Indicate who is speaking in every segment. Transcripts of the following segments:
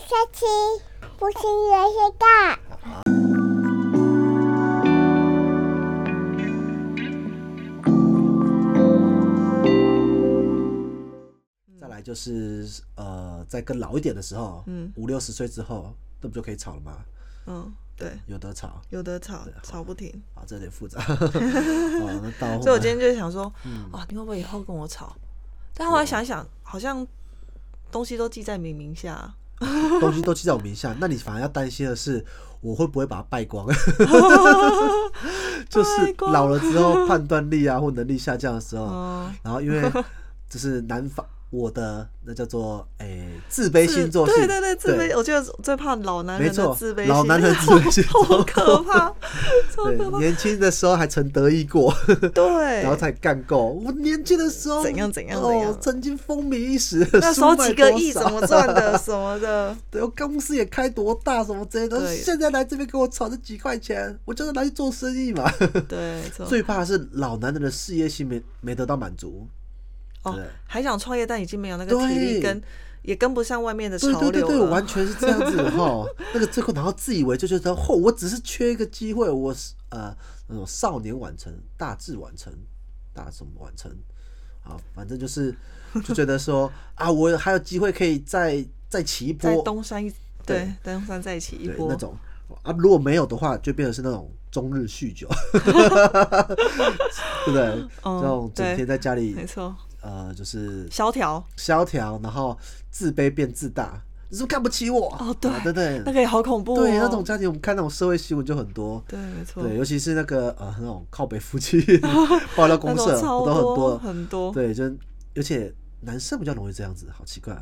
Speaker 1: 下去，不是越来越大。
Speaker 2: 再来就是呃，在更老一点的时候，
Speaker 3: 嗯
Speaker 2: 五六十岁之后，那不就可以吵了吗？
Speaker 3: 嗯，对，
Speaker 2: 有得吵
Speaker 3: 有的吵
Speaker 2: 对好
Speaker 3: 吵不停。
Speaker 2: 啊，这有点 复杂。哦，那到后
Speaker 3: 所以我
Speaker 2: 来
Speaker 3: 今天就想说，
Speaker 2: 嗯
Speaker 3: 啊，你会不会以后跟我吵？但后来想一想，好像东西都记在你名下 啊，
Speaker 2: 东西都记在我名下，那你反而要担心的是，我会不会把它败 光？ 就是老了之后判断力啊或能力下降的时候，
Speaker 3: 哦，
Speaker 2: 然后因为就是南方我的那叫做诶、自卑
Speaker 3: 自
Speaker 2: 星座
Speaker 3: 对
Speaker 2: 性，
Speaker 3: 对对，自卑，我觉得最怕老男
Speaker 2: 没
Speaker 3: 人的
Speaker 2: 错
Speaker 3: 自卑心，
Speaker 2: 老男人自卑心
Speaker 3: 好 可怕，超
Speaker 2: 对
Speaker 3: 可怕，
Speaker 2: 年轻的时候还曾得意过，
Speaker 3: 对，
Speaker 2: 然后才干够。我年轻的时候
Speaker 3: 怎样怎样怎
Speaker 2: 哦
Speaker 3: 样，
Speaker 2: 曾经风靡一时，
Speaker 3: 那时候
Speaker 2: 书卖
Speaker 3: 几个
Speaker 2: 多
Speaker 3: 亿
Speaker 2: 少
Speaker 3: 怎么赚的什么的，
Speaker 2: 对，我公司也开多大什么之类的，
Speaker 3: 对
Speaker 2: 现在来这边给我炒这几块钱，我就是拿去做生意嘛。
Speaker 3: 对，没错
Speaker 2: 最怕的是老男人的事业心没没得到满足，
Speaker 3: 哦
Speaker 2: 对，
Speaker 3: 还想创业，但已经没有那个体力
Speaker 2: 对
Speaker 3: 跟，也跟不上外面的潮
Speaker 2: 对
Speaker 3: 流
Speaker 2: 对对对，
Speaker 3: 了
Speaker 2: 完全是这样子的 哈。那个最后，然后自以为就觉得，嚯、我只是缺一个机会，我是呃那种少年晚成、大志晚成、大什么晚成，啊，反正就是就觉得说啊，我还有机会可以再再起一波
Speaker 3: 在，东山一对
Speaker 2: 对
Speaker 3: 东山再起一
Speaker 2: 对
Speaker 3: 波
Speaker 2: 那种啊，如果没有的话，就变成是那种终日酗 酒，对不对？
Speaker 3: 嗯
Speaker 2: 这种整
Speaker 3: 对
Speaker 2: 天在家里
Speaker 3: 没错，
Speaker 2: 呃，就是
Speaker 3: 萧条
Speaker 2: 萧条，然后自卑变自大，你是不是看不起我？
Speaker 3: 哦对
Speaker 2: 啊等等，
Speaker 3: 那个也好恐怖哦，
Speaker 2: 对那种家庭，我们看那种社会新闻就很多。
Speaker 3: 对没错，
Speaker 2: 对，尤其是那个呃，那种靠北夫 妻爆料
Speaker 3: 那
Speaker 2: 公
Speaker 3: 种
Speaker 2: 社
Speaker 3: 超
Speaker 2: 都很
Speaker 3: 多
Speaker 2: 多，
Speaker 3: 很多，
Speaker 2: 对，就而且男生比较容易这样子，好奇怪，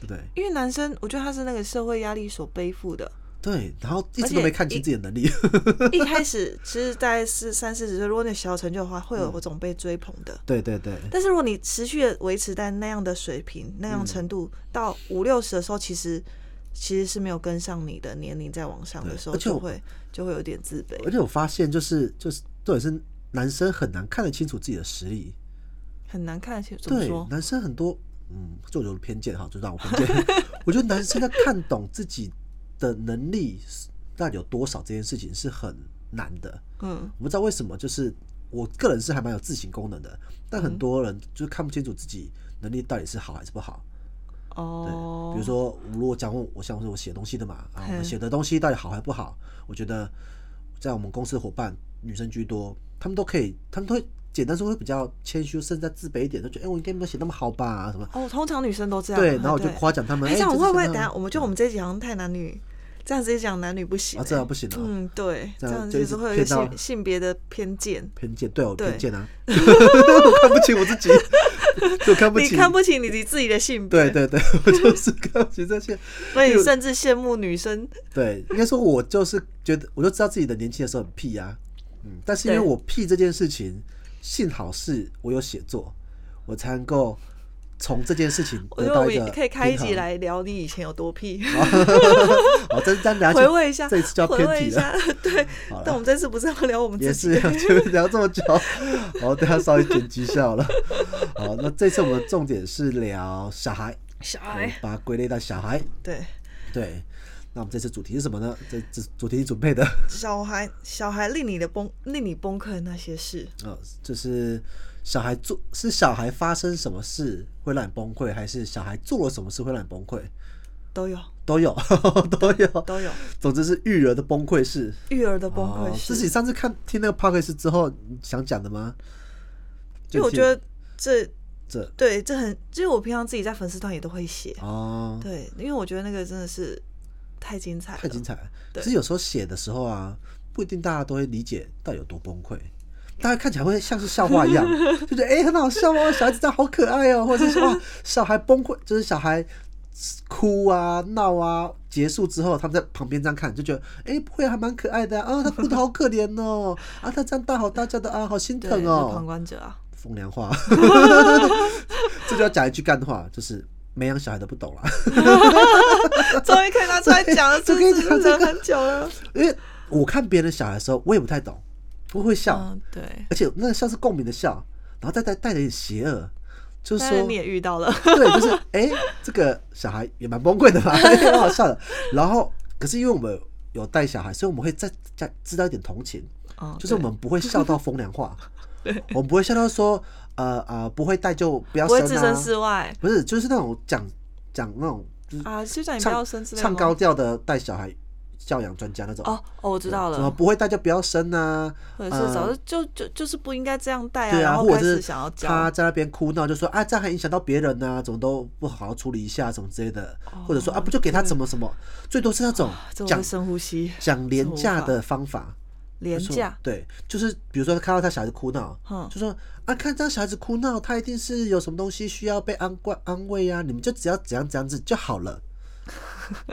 Speaker 2: 对不对？
Speaker 3: 因为男生我觉得他是那个社会压力所背负的，
Speaker 2: 对，然后一
Speaker 3: 而
Speaker 2: 直都没
Speaker 3: 且
Speaker 2: 看清自己的能力，
Speaker 3: 一开始其实在四三四十岁，如果你有小成就的话，会
Speaker 2: 嗯
Speaker 3: 有一种被追捧的。
Speaker 2: 对对对，
Speaker 3: 但是如果你持续的维持在那样的水平、那
Speaker 2: 嗯
Speaker 3: 样程度，到五六十的时候，其实其实是没有跟上你的年龄在往上的
Speaker 2: 对
Speaker 3: 时候，
Speaker 2: 而且
Speaker 3: 就
Speaker 2: 我
Speaker 3: 会就会有点自卑，
Speaker 2: 而且我发现就是就是，重点是男生很难看得清楚自己的实力，
Speaker 3: 很难看得清。怎么
Speaker 2: 对
Speaker 3: 说，？
Speaker 2: 男生很多，嗯，就有偏见哈，就让我偏见。 我觉得男生要看懂自己的能力是到底有多少这件事情是很难的。
Speaker 3: 嗯，
Speaker 2: 我不知道为什么，就是我个人是还蛮有自省功能的，但很多人就是看不清楚自己能力到底是好还是不好。对，
Speaker 3: 哦，
Speaker 2: 比如说如果讲我，我像是我写东西的嘛，啊，我
Speaker 3: 嗯
Speaker 2: 们写的东西到底好还不好？我觉得在我们公司的伙伴女生居多，她们都可以，她们都会简单说会比较谦虚，甚至在自卑一点，都觉得哎、我应该没有写那么好吧，什么。
Speaker 3: 哦，通常女生都这样。
Speaker 2: 对，然后我就夸奖她们。
Speaker 3: 哎，
Speaker 2: 哎
Speaker 3: 这样
Speaker 2: 这
Speaker 3: 会不会？
Speaker 2: 是
Speaker 3: 等
Speaker 2: 很
Speaker 3: 下，
Speaker 2: 好
Speaker 3: 我们就我们这一集好像太男女，这样直接讲男女不行
Speaker 2: 啊，
Speaker 3: 欸。
Speaker 2: 这样不行啊，
Speaker 3: 嗯，对，这
Speaker 2: 这样
Speaker 3: 样
Speaker 2: 就
Speaker 3: 其
Speaker 2: 一
Speaker 3: 实
Speaker 2: 直
Speaker 3: 会有一个
Speaker 2: 骗到
Speaker 3: 性性别的偏见。
Speaker 2: 偏见，对我有
Speaker 3: 对
Speaker 2: 偏见 啊， 我看不起我自己， 就看不
Speaker 3: 你
Speaker 2: 起。
Speaker 3: 看不起你你自己的性别，
Speaker 2: 对，对 对，我就是看不起这些。
Speaker 3: 所以你甚至羡慕女生。
Speaker 2: 对，应该说我就是觉得，我就知道自己的年轻的时候很屁啊，嗯，但是因为
Speaker 3: 对
Speaker 2: 我屁这件事情，幸好是我有写作，我才能够从这件事情
Speaker 3: 我
Speaker 2: 得
Speaker 3: 觉得我
Speaker 2: 到
Speaker 3: 们
Speaker 2: 一
Speaker 3: 也
Speaker 2: 个
Speaker 3: 可以开一集
Speaker 2: 平衡。哦
Speaker 3: 来聊你以前有 多屁，
Speaker 2: 好，真真聊起
Speaker 3: 回味一下，
Speaker 2: 啊这一次就要
Speaker 3: 回
Speaker 2: 偏
Speaker 3: 味
Speaker 2: 题
Speaker 3: 一
Speaker 2: 了，嗯
Speaker 3: 下。 对
Speaker 2: 好，
Speaker 3: 但我们这次不是要聊我们
Speaker 2: 也
Speaker 3: 自己
Speaker 2: 是
Speaker 3: 的？
Speaker 2: 要 前面聊这么久，好，等一下稍微剪辑笑了。好，那这次我们的重点是聊小孩，
Speaker 3: 小
Speaker 2: 我们
Speaker 3: 孩，
Speaker 2: 把它归类到小孩。
Speaker 3: 对，
Speaker 2: 对，那我们这次主题是什么呢？这这主题你准备的？
Speaker 3: 小孩，小孩令你的崩，令你崩溃的那些事，
Speaker 2: 呃，就是小孩做是小孩发生什么事会让你崩溃，还是小孩做了什么事会让你崩溃？
Speaker 3: 都有，
Speaker 2: 都有， 都有。
Speaker 3: 都有
Speaker 2: 总之是育儿的崩溃式。
Speaker 3: 育儿的崩
Speaker 2: 哦
Speaker 3: 溃
Speaker 2: 这是你
Speaker 3: 事。
Speaker 2: 上次看听那个 p o d c a s t 之后你想讲的吗？
Speaker 3: 因为我觉得这，
Speaker 2: 这
Speaker 3: 对，这很，就是我平常自己在粉丝团也都会写，
Speaker 2: 哦，
Speaker 3: 对，因为我觉得那个真的是太精彩了，
Speaker 2: 太精彩了。可
Speaker 3: 对
Speaker 2: 是有时候写的时候啊，不一定大家都会理解到底有多崩溃。大家看起来会像是笑话一 样，就觉得哎、很好笑哦，小孩子这样好可爱哦，或者是哇小孩崩溃，就是小孩哭啊闹啊，结束之后他们在旁边这样看，就觉得哎、不会还蛮可爱的啊，啊他哭的好可怜哦，啊他这样大吼大叫的啊好心
Speaker 3: 对，
Speaker 2: 疼
Speaker 3: 那
Speaker 2: 哦，
Speaker 3: 旁观者啊，
Speaker 2: 风凉话， 这就要讲一句干话，就是没养小孩的不懂啦。啊
Speaker 3: 终于可以拿出来 讲了，
Speaker 2: 对
Speaker 3: 这
Speaker 2: 就可以
Speaker 3: 是
Speaker 2: 讲
Speaker 3: 不
Speaker 2: 这
Speaker 3: 是
Speaker 2: 个
Speaker 3: 很久了？
Speaker 2: 因为我看别人的小孩的时候，我也不太懂，我会笑，
Speaker 3: 嗯，对，
Speaker 2: 而且那个笑是共鸣的笑，然后再带带着点邪恶，就是
Speaker 3: 但
Speaker 2: 说
Speaker 3: 是你也遇到了，
Speaker 2: 对，就是哎、这个小孩也蛮崩溃的嘛， 蛮好笑的。然后，可是因为我们有带小孩，所以我们会再再知道一点同情，
Speaker 3: 哦
Speaker 2: 就是我们不会笑到风凉 话，我们不会笑到说呃呃不会带就不
Speaker 3: 对
Speaker 2: 要
Speaker 3: 不会
Speaker 2: 生
Speaker 3: 置身
Speaker 2: 啊，
Speaker 3: 事外
Speaker 2: 不是就是那种讲讲那种就是
Speaker 3: 啊，就叫你不要
Speaker 2: 嗯唱
Speaker 3: 生之类的
Speaker 2: 唱
Speaker 3: 吗
Speaker 2: 高调的带小孩教养专家那种。
Speaker 3: 哦哦，我知道
Speaker 2: 什么
Speaker 3: 了，
Speaker 2: 不会带就不要生啊，
Speaker 3: 或者是
Speaker 2: 呃
Speaker 3: 早就就就就是不应该这样带
Speaker 2: 对
Speaker 3: 然
Speaker 2: 啊，
Speaker 3: 后
Speaker 2: 或
Speaker 3: 开
Speaker 2: 者
Speaker 3: 始
Speaker 2: 是
Speaker 3: 想要教
Speaker 2: 他在那边哭闹，就说啊，这样还影响到别人呐、怎么都不好好处理一下，什么之类的，或者说啊，不就给他怎么什么，最多是那种
Speaker 3: 哦啊这我
Speaker 2: 讲
Speaker 3: 会深呼吸，
Speaker 2: 讲廉价
Speaker 3: 这
Speaker 2: 的方法，
Speaker 3: 廉
Speaker 2: 就是
Speaker 3: 价，
Speaker 2: 对，就是比如说看到他小孩子哭闹，
Speaker 3: 嗯
Speaker 2: 就说啊，看这样小孩子哭闹，他一定是有什么东西需要被安慰安慰啊，你们就只要怎样怎样子就好 了。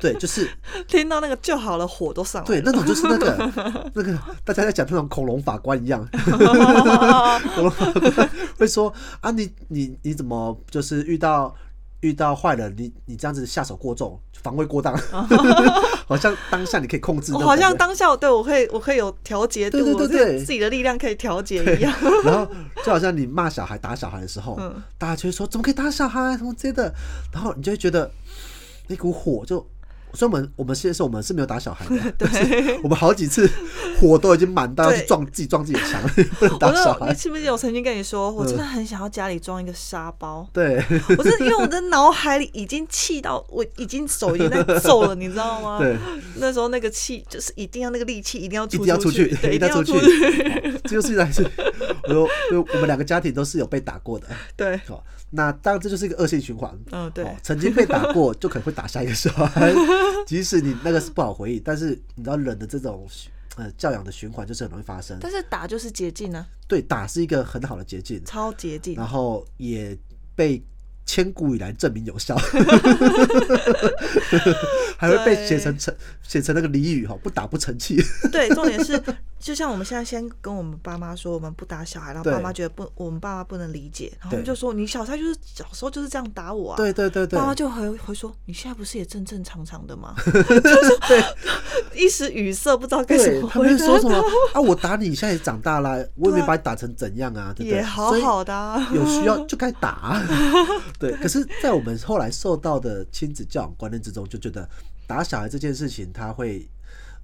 Speaker 2: 对，就是
Speaker 3: 听到那个就好了，火都上来了。
Speaker 2: 对那种，就是那个那个大家在讲那种恐龙法官一样，恐龙法官 会说啊，你你你怎么就是遇到遇到坏人，你你这样子下手过重，防卫过当， 好像当下你可以控制那
Speaker 3: 我
Speaker 2: 种
Speaker 3: 哦好
Speaker 2: 感觉，
Speaker 3: 像当下我对我会我会有调节度，
Speaker 2: 哦对对对
Speaker 3: 我自己
Speaker 2: 对
Speaker 3: 自己的力量可以调节 一样。
Speaker 2: 然后就好像你骂小孩、打小孩的时候，
Speaker 3: 嗯
Speaker 2: 大家就会说怎么可以打小孩什么之类的，然后你就会觉得那股火就。所以我们我们现在是我们是没有打小孩 的，但 是我们好几次火都已经满到要去
Speaker 3: 对
Speaker 2: 撞自己撞自己的墙， 不能打
Speaker 3: 我
Speaker 2: 小
Speaker 3: 那你
Speaker 2: 孩。嗯
Speaker 3: 记不记得我曾经跟你说，我真的很想要家里装一个沙包。
Speaker 2: 对
Speaker 3: 我是因为我的脑海里已经气到，我已经手已经 在皱了，你知道吗？
Speaker 2: 对，
Speaker 3: 那时候那个气就是一定要那个力气一定要
Speaker 2: 一
Speaker 3: 出
Speaker 2: 定要出去，
Speaker 3: 对，
Speaker 2: 一
Speaker 3: 一
Speaker 2: 定
Speaker 3: 定
Speaker 2: 要出
Speaker 3: 出
Speaker 2: 去。好 这就是来自我说，就我们两个家庭都是有被打过的。
Speaker 3: 对，
Speaker 2: 好，那当然这就是一个恶性循环。
Speaker 3: 嗯对
Speaker 2: 哦曾经被打过， 就可能会打下一个小 孩，即使你那个是不好回忆，但是你知道人的这种呃教养的循环就是很容易发生。
Speaker 3: 但是打就是捷径啊，
Speaker 2: 对，打是一个很好的捷径，
Speaker 3: 超捷径
Speaker 2: 然。后也被千古以来证明有 效，还会被写成成写成那个俚语哈，不打不成器。
Speaker 3: 对，重点是，就像我们现在先跟我们爸妈说，我们不打小孩，然后
Speaker 2: 对
Speaker 3: 爸妈觉得不，我们爸妈不能理解，然后他们
Speaker 2: 对
Speaker 3: 就说你小时候就是小时候就是这样打我啊。
Speaker 2: 对对对对，
Speaker 3: 爸妈就回回说：“你现在不是也正正常常的吗？” 对，一时语塞，不知道该怎
Speaker 2: 对，
Speaker 3: 么
Speaker 2: 他
Speaker 3: 回
Speaker 2: 们就
Speaker 3: 答
Speaker 2: 说什么啊？我打你，你现在也长大 啦，我也
Speaker 3: 对
Speaker 2: 没
Speaker 3: 啊
Speaker 2: 把你打成怎样啊，对不对？
Speaker 3: 也好
Speaker 2: 所以
Speaker 3: 好的啊
Speaker 2: 有需要就该打啊、 对，可是，在我们后来受到的亲子教养观念之中，就觉得打小孩这件事情，他会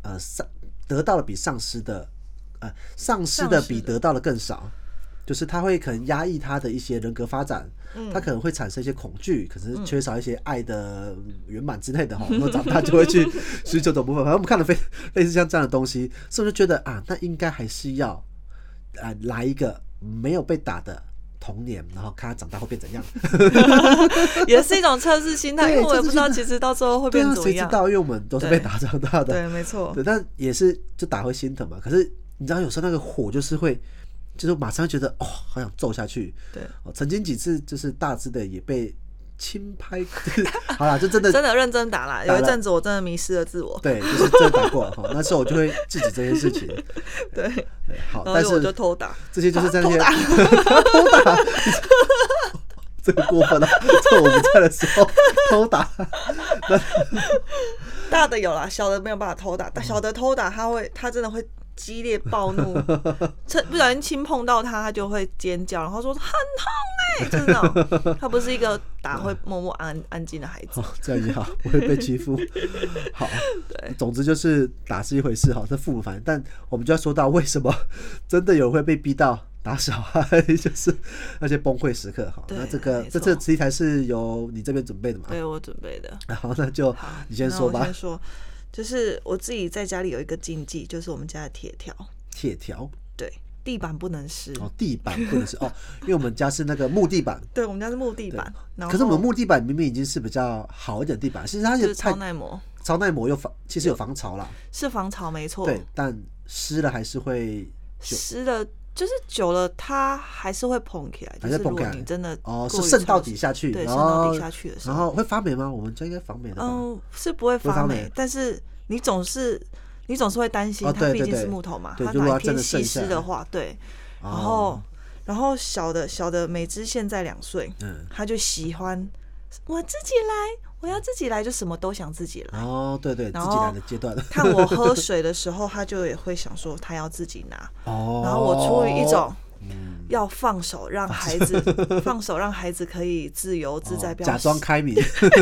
Speaker 2: 呃丧得到的比丧失的呃丧失的
Speaker 3: 丧失
Speaker 2: 比
Speaker 3: 的
Speaker 2: 得到的更少。就是他会可能压抑他的一些人格发展，
Speaker 3: 嗯
Speaker 2: 他可能会产生一些恐惧，可是缺少一些爱的圆满之类 的哈。然后长大就会去寻求这种部分。反正我们看了非类似像这样的东西，所以我就觉得啊，那应该还是要啊来一个没有被打的童年，然后看他长大会变怎样。
Speaker 3: 也是一种测试心态，因
Speaker 2: 对
Speaker 3: 为我也
Speaker 2: 测试
Speaker 3: 不知道
Speaker 2: 心态
Speaker 3: 其实到最后 会
Speaker 2: 对
Speaker 3: 变
Speaker 2: 啊，
Speaker 3: 怎么
Speaker 2: 谁知
Speaker 3: 样。
Speaker 2: 道？因为我们都是被打长大的，
Speaker 3: 对，没错，
Speaker 2: 对，但也是就打会心疼嘛。可是你知道，有时候那个火就是会，就是马上觉得哦，好想揍下去。
Speaker 3: 对，
Speaker 2: 哦，曾经几次就是大致的也被轻拍，好啦，就真的
Speaker 3: 真的认真打啦。
Speaker 2: 打
Speaker 3: 有一
Speaker 2: 了
Speaker 3: 阵子我真的迷失了自我，
Speaker 2: 对，就是真的打过哈、那时候我就会制止这些事情。
Speaker 3: 对，
Speaker 2: 对， 好，
Speaker 3: 然后
Speaker 2: 但
Speaker 3: 就我就是偷打。
Speaker 2: 这些就是在那些 偷打，这个过分了、 在我不在的时候 偷打，
Speaker 3: 大的有啦，小的没有办法偷
Speaker 2: 嗯
Speaker 3: 打，但小的偷打他会，他真的会激烈暴 怒，趁不小心轻碰到他，他就会尖叫，然后说很痛哎、欸，就是那 种，他不是一个打会默默安安静的孩子
Speaker 2: 哦，，这样也好，不会被欺 负。好，总之就是打是一回事哈，这父母反正，但我们就要说到为什么真的有人会被逼到打小孩， 就是那些崩溃时刻哈。
Speaker 3: 对
Speaker 2: 那这个
Speaker 3: 没
Speaker 2: 这
Speaker 3: 错
Speaker 2: 次题材是由你这边准备的嘛？
Speaker 3: 对我准备的。
Speaker 2: 然后那就你先
Speaker 3: 那
Speaker 2: 说
Speaker 3: 我
Speaker 2: 吧
Speaker 3: 先。说，就是我自己在家里有一个禁忌，就是我们家的铁条，
Speaker 2: 铁条
Speaker 3: 对，地板不能湿，
Speaker 2: 哦，地板或者是哦，因为我们家是那个木地板，
Speaker 3: 对我们家是木地板，然后
Speaker 2: 可是我们木地板明明已经是比较好一点的地板，其实它
Speaker 3: 嗯就
Speaker 2: 也
Speaker 3: 是
Speaker 2: 太
Speaker 3: 超耐磨，
Speaker 2: 超耐磨又防，其实有防潮啦，
Speaker 3: 是防潮没错，
Speaker 2: 对，但湿了还是会久
Speaker 3: 湿了，就是久了它还是会膨起来，
Speaker 2: 还
Speaker 3: 就是是如
Speaker 2: 膨起
Speaker 3: 果
Speaker 2: 来
Speaker 3: 你真的
Speaker 2: 哦，
Speaker 3: 过
Speaker 2: 是
Speaker 3: 于
Speaker 2: 渗到
Speaker 3: 潮湿
Speaker 2: 底下去，
Speaker 3: 对，
Speaker 2: 然
Speaker 3: 渗到
Speaker 2: 后
Speaker 3: 底下去的时
Speaker 2: 然
Speaker 3: 候，
Speaker 2: 后会发霉吗？我们家应该防霉的吧？
Speaker 3: 嗯，是不会
Speaker 2: 会发
Speaker 3: 发
Speaker 2: 霉
Speaker 3: 霉，但是你总是你总是会担心
Speaker 2: 哦，
Speaker 3: 它
Speaker 2: 对
Speaker 3: 毕
Speaker 2: 对
Speaker 3: 竟是
Speaker 2: 对
Speaker 3: 木头嘛，
Speaker 2: 对
Speaker 3: 它
Speaker 2: 如果
Speaker 3: 哪
Speaker 2: 它
Speaker 3: 一
Speaker 2: 真
Speaker 3: 天
Speaker 2: 的
Speaker 3: 细
Speaker 2: 剩
Speaker 3: 湿
Speaker 2: 下来
Speaker 3: 的话，对，
Speaker 2: 哦
Speaker 3: 然后然后小的小的美芝现在两岁，
Speaker 2: 嗯，
Speaker 3: 他就喜欢我自己来，我要自己来，就什么都想自己来。
Speaker 2: 哦，对对，自
Speaker 3: 然
Speaker 2: 己来
Speaker 3: 后
Speaker 2: 的阶 段，
Speaker 3: 看我喝水的时候，他就也会想说他要自己拿，
Speaker 2: 哦，嗯
Speaker 3: 然后我出于一种，要放手让孩 子放手，让孩子可以自由自在，
Speaker 2: 哦
Speaker 3: 不要
Speaker 2: 假装开明，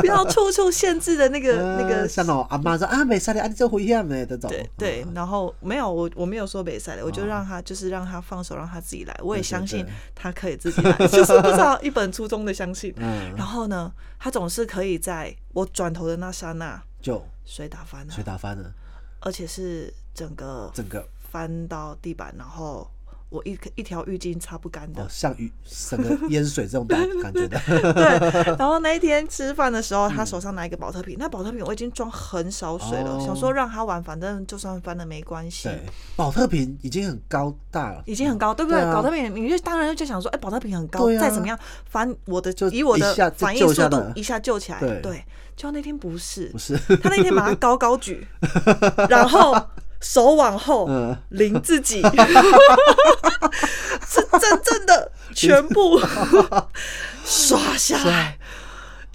Speaker 3: 不要处处限制的那个 那个
Speaker 2: 呃像那种嗯阿妈说啊，没事的，啊，你这危险的这种，
Speaker 3: 对对，然后没有我我没有说北赛的，我就让他就是让他放手，让他自己来。我也
Speaker 2: 哦对对
Speaker 3: 相信
Speaker 2: 对
Speaker 3: 他可以自己来， 就是不知道一本初衷的相信。
Speaker 2: 嗯，
Speaker 3: 然后呢，他总是可以在我转头的那刹那
Speaker 2: 就
Speaker 3: 水打翻了
Speaker 2: 水，打翻了，
Speaker 3: 而且是整个
Speaker 2: 整个
Speaker 3: 翻到地板，然后我一一条浴巾擦不干
Speaker 2: 哦
Speaker 3: 的，。
Speaker 2: 像雨整个淹水这种感感觉 的，
Speaker 3: 对，然后那一天吃饭的时候，他手上拿一个保特瓶，那保特瓶我已经装很少水了，
Speaker 2: 嗯哦
Speaker 3: 想说让他玩，反正就算翻了没关系。
Speaker 2: 对，保特瓶已经很高大了，
Speaker 3: 已经很高，对不对？
Speaker 2: 对啊
Speaker 3: 保特瓶，你就当然就想说，哎、保特瓶很高，
Speaker 2: 对啊
Speaker 3: 再怎么样，反我的
Speaker 2: 就
Speaker 3: 以我
Speaker 2: 一下
Speaker 3: 的
Speaker 2: 就
Speaker 3: 反应
Speaker 2: 救
Speaker 3: 速
Speaker 2: 下
Speaker 3: 度
Speaker 2: 来
Speaker 3: 一下救起来。
Speaker 2: 对
Speaker 3: 对，就那天不是
Speaker 2: 不，是，
Speaker 3: 他那天把它高高 举，然后手往后
Speaker 2: 嗯
Speaker 3: 淋自 己，是真正的全 部刷下来。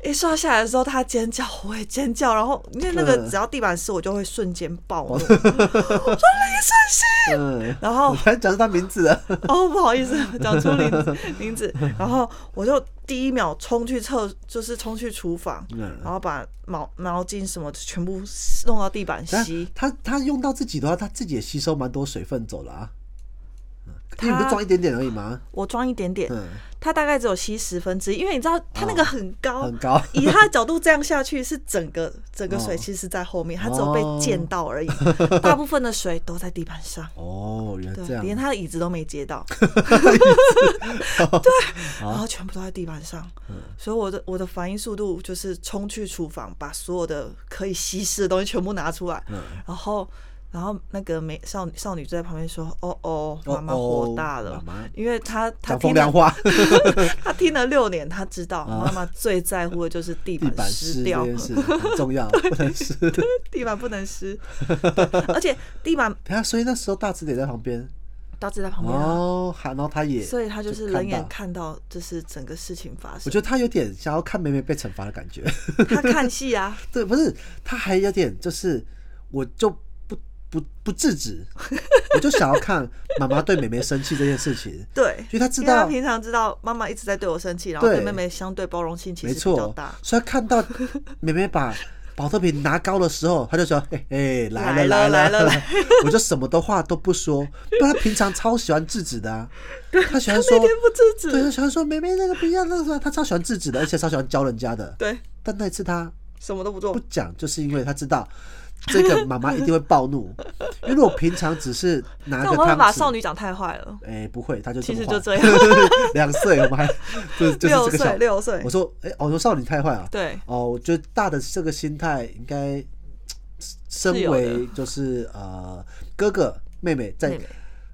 Speaker 3: 一刷下来的时候，他尖叫，我也尖叫，然后因为那个
Speaker 2: 嗯
Speaker 3: 只要地板湿，我就会瞬间暴
Speaker 2: 哦
Speaker 3: 怒，我说雷神西，
Speaker 2: 嗯，
Speaker 3: 然后
Speaker 2: 我刚才讲出他名字了，
Speaker 3: 哦，不好意思，讲出名字名字，然后我就第一秒冲去厕，就是冲去厨房，
Speaker 2: 嗯
Speaker 3: 然后把毛毛巾什么全部弄到地板
Speaker 2: 但
Speaker 3: 吸。
Speaker 2: 他他用到自己的话，他自己也吸收蛮多水分走了啊。嗯
Speaker 3: 他
Speaker 2: 因为你不是装一点点而已吗？
Speaker 3: 我装一点点，
Speaker 2: 嗯，
Speaker 3: 它大概只有吸十分之一，因为你知道它那个很高，
Speaker 2: 哦很高
Speaker 3: 以它的角度这样下去是整个整个水
Speaker 2: 哦
Speaker 3: 其实在后面，它只有被溅 到而已，大部分的水都在地板上。
Speaker 2: 哦，原来这
Speaker 3: 对，
Speaker 2: 样，
Speaker 3: 连他的椅子都没 接到，
Speaker 2: 哦
Speaker 3: 对，
Speaker 2: 啊
Speaker 3: 然后全部都在地板上，
Speaker 2: 嗯
Speaker 3: 所以我的我的反应速度就是冲去厨房，把所有的可以稀释的东西全部拿出来，
Speaker 2: 嗯
Speaker 3: 然后然后那个美少女少女就在旁边说：“哦哦，
Speaker 2: 哦
Speaker 3: 妈妈火大
Speaker 2: 哦
Speaker 3: 了，
Speaker 2: 妈妈
Speaker 3: 因为她她
Speaker 2: 讲
Speaker 3: 听
Speaker 2: 风凉
Speaker 3: 了
Speaker 2: 话，
Speaker 3: 她听了六年，她知道妈妈最在乎的就是地
Speaker 2: 啊地板
Speaker 3: 板湿
Speaker 2: 湿
Speaker 3: 掉，
Speaker 2: 这件事很重要，不能湿。等
Speaker 3: 地板不能湿，对而且地板
Speaker 2: 一下，啊所以那时候大智也在旁 边
Speaker 3: 刀子在旁边啊。
Speaker 2: 哦，喊，然后他也，
Speaker 3: 所以他就是
Speaker 2: 看
Speaker 3: 冷眼
Speaker 2: 到。
Speaker 3: 看到，就是整个事情发
Speaker 2: 我
Speaker 3: 生
Speaker 2: 觉。得他有点想要看妹妹被惩罚的感觉，
Speaker 3: 他看戏啊，
Speaker 2: 对，不是，他还有点就是，我就不不不制止， 我就想要看妈妈对妹妹生气这件事情，
Speaker 3: 对，
Speaker 2: 所以他知
Speaker 3: 因为他
Speaker 2: 道
Speaker 3: 平常知道妈妈一直在对我生气，然后
Speaker 2: 对
Speaker 3: 对妹妹相对包容性其
Speaker 2: 没
Speaker 3: 实比较
Speaker 2: 错
Speaker 3: 大，。
Speaker 2: 所以他 看到妹妹把保特瓶拿高的时候，他就说：“嘿嘿，来
Speaker 3: 来
Speaker 2: 了了
Speaker 3: 了来了来
Speaker 2: 我就什么都话都不说，不然他平常超喜欢制止的 啊。他喜欢
Speaker 3: 那
Speaker 2: 说，
Speaker 3: 天不制
Speaker 2: 对，啊他
Speaker 3: 止，
Speaker 2: 喜欢说妹妹那个不要那个什么，他超喜欢制止的，而且超喜欢教人家的。
Speaker 3: 对，
Speaker 2: 但那一次他
Speaker 3: 什么都不做
Speaker 2: 不，讲，就是因为他知道。这个妈妈一定会暴 怒，因为如果平常只是拿
Speaker 3: 但
Speaker 2: 个
Speaker 3: 我们会
Speaker 2: 汤
Speaker 3: 把
Speaker 2: 匙，
Speaker 3: 少女讲太坏了。
Speaker 2: 哎、不会，他就这
Speaker 3: 其
Speaker 2: 么
Speaker 3: 实
Speaker 2: 坏
Speaker 3: 就这样，
Speaker 2: 两岁，我们还就就是
Speaker 3: 六
Speaker 2: 这个小
Speaker 3: 岁，六岁
Speaker 2: 我，说，哎、哦，我说少女太坏啊，
Speaker 3: 对，
Speaker 2: 哦，我觉得大的这个心态应该，身
Speaker 3: 是有的
Speaker 2: 为就是呃哥哥妹妹在
Speaker 3: 妹妹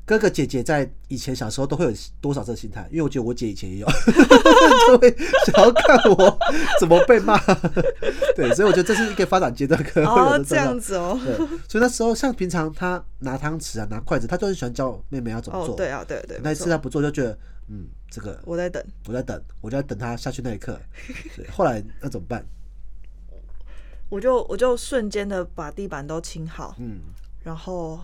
Speaker 2: 哥哥姐姐在以前小时候都会有多少这个心态，因为我觉得我姐以前也 有，就会想要看我怎么被 骂，对，所以我觉得这是一个发展阶段可能会有
Speaker 3: 哦，
Speaker 2: 的
Speaker 3: 这
Speaker 2: 状
Speaker 3: 样
Speaker 2: 况。
Speaker 3: 子哦，
Speaker 2: 对，所以那时候像平常他拿汤匙啊拿筷子，他就很喜欢教妹妹要怎么
Speaker 3: 哦
Speaker 2: 做。，
Speaker 3: 对啊，对对，
Speaker 2: 那
Speaker 3: 没
Speaker 2: 一
Speaker 3: 错
Speaker 2: 次他不做就觉得，嗯，这个
Speaker 3: 我在等，
Speaker 2: 我在等，我就在等他下去那一刻。对，后来那怎么办？
Speaker 3: 我就我就瞬间的把地板都清好，
Speaker 2: 嗯，，
Speaker 3: 然后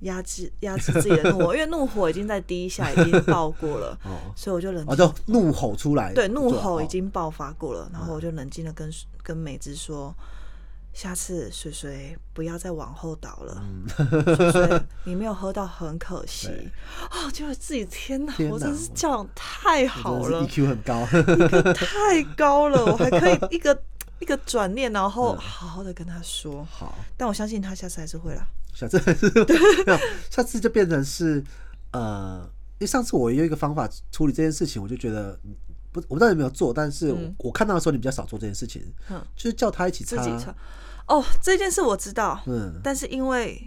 Speaker 3: 压制压制自己的怒火，因为怒火已经在第一下已经爆过了
Speaker 2: 哦，
Speaker 3: 所以我就冷
Speaker 2: 哦，
Speaker 3: 静
Speaker 2: 就怒吼出来，
Speaker 3: 对，怒
Speaker 2: 是吧
Speaker 3: 吼已。
Speaker 2: 哦嗯
Speaker 3: 经爆发过了，然后我就冷静的跟跟美姿说，下次水水不要再往后倒了，水水你没有喝到很可惜
Speaker 2: 嗯 对
Speaker 3: 哦，结果自己天哪，
Speaker 2: 天
Speaker 3: 我
Speaker 2: 哪
Speaker 3: 真是
Speaker 2: 我
Speaker 3: 教养太好
Speaker 2: 真的
Speaker 3: 了
Speaker 2: 是，，EQ 很高，
Speaker 3: 太高了，我还可以一个一个转念，然后
Speaker 2: 嗯
Speaker 3: 好好的跟他说，
Speaker 2: 好，
Speaker 3: 但我相信他下次还是会啦，
Speaker 2: 下次没有，下次就变成是呃，因为上次我有一个方法处理这件事情，我就觉得嗯不，我不知道你有没有做，但是我,、
Speaker 3: 嗯
Speaker 2: 看到的时候你比较少做这件事情，
Speaker 3: 嗯
Speaker 2: 就是叫他一起
Speaker 3: 自
Speaker 2: 擦，
Speaker 3: 己唱。哦，这件事我知道，
Speaker 2: 嗯，
Speaker 3: 但是因为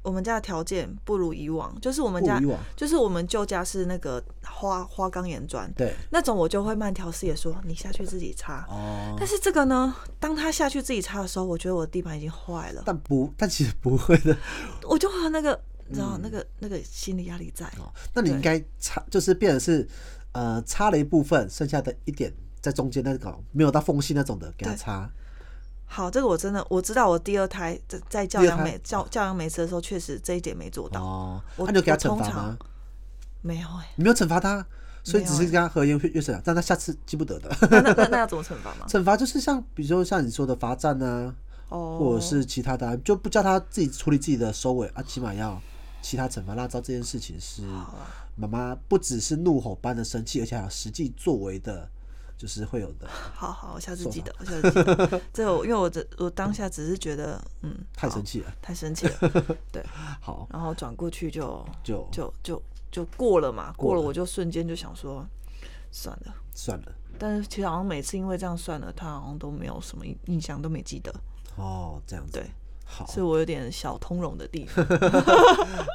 Speaker 3: 我们家的条件不如以往，就是我
Speaker 2: 不
Speaker 3: 们家
Speaker 2: 如以往，
Speaker 3: 就是我们旧家是那个花花岗岩砖，
Speaker 2: 对，
Speaker 3: 那种我就会慢条斯理地说你下去自己擦。
Speaker 2: 哦，
Speaker 3: 但是这个呢，当他下去自己擦的时候，我觉得我的地板已经坏了，
Speaker 2: 但不，但其实不会的，
Speaker 3: 我就和那个你
Speaker 2: 嗯
Speaker 3: 知道、那个那个心理压力在。
Speaker 2: 哦，那你应该擦，就是变成是呃擦了一部分，剩下的一点在中间那个没有到缝隙那种的给它
Speaker 3: 对
Speaker 2: 擦，
Speaker 3: 好，这个我真的我知道，我第二胎在在教养美教教养美次的时候，确实这一点没做到。
Speaker 2: 哦，
Speaker 3: 我
Speaker 2: 那你有给他
Speaker 3: 我
Speaker 2: 惩
Speaker 3: 通
Speaker 2: 罚
Speaker 3: 常
Speaker 2: 吗？
Speaker 3: 没有哎、
Speaker 2: 你没有惩罚他，所以
Speaker 3: 没
Speaker 2: 只
Speaker 3: 有
Speaker 2: 是
Speaker 3: 欸
Speaker 2: 跟他和颜悦悦色，但他下次记不得的。
Speaker 3: 那那那那要怎么惩 罚吗？
Speaker 2: 惩罚就是像，比如说像你说的罚站啊，
Speaker 3: 哦，
Speaker 2: 或者是其他的啊，就不叫他自己处理自己的收尾啊，起码要其他惩罚。那知道这件事情是
Speaker 3: 好啊
Speaker 2: 妈妈不只是怒吼般的生气，而且还有实际作为的，就是会有的
Speaker 3: 好好，我下次记得，我下次 记得。这我因为我这我当下只是觉得，嗯，
Speaker 2: 太
Speaker 3: 好
Speaker 2: 生气了。
Speaker 3: 太生气了， 对，
Speaker 2: 好，
Speaker 3: 然后转过去就
Speaker 2: 就
Speaker 3: 就就就过了嘛，过
Speaker 2: 过
Speaker 3: 了
Speaker 2: 了
Speaker 3: 我就瞬间就想说，算了。
Speaker 2: 算了。
Speaker 3: 但是其实好像每次因为这样算了，他好像都没有什么印印象，都没记得。
Speaker 2: 哦，这样子。
Speaker 3: 对，
Speaker 2: 好，
Speaker 3: 是我有点小通融的 地方。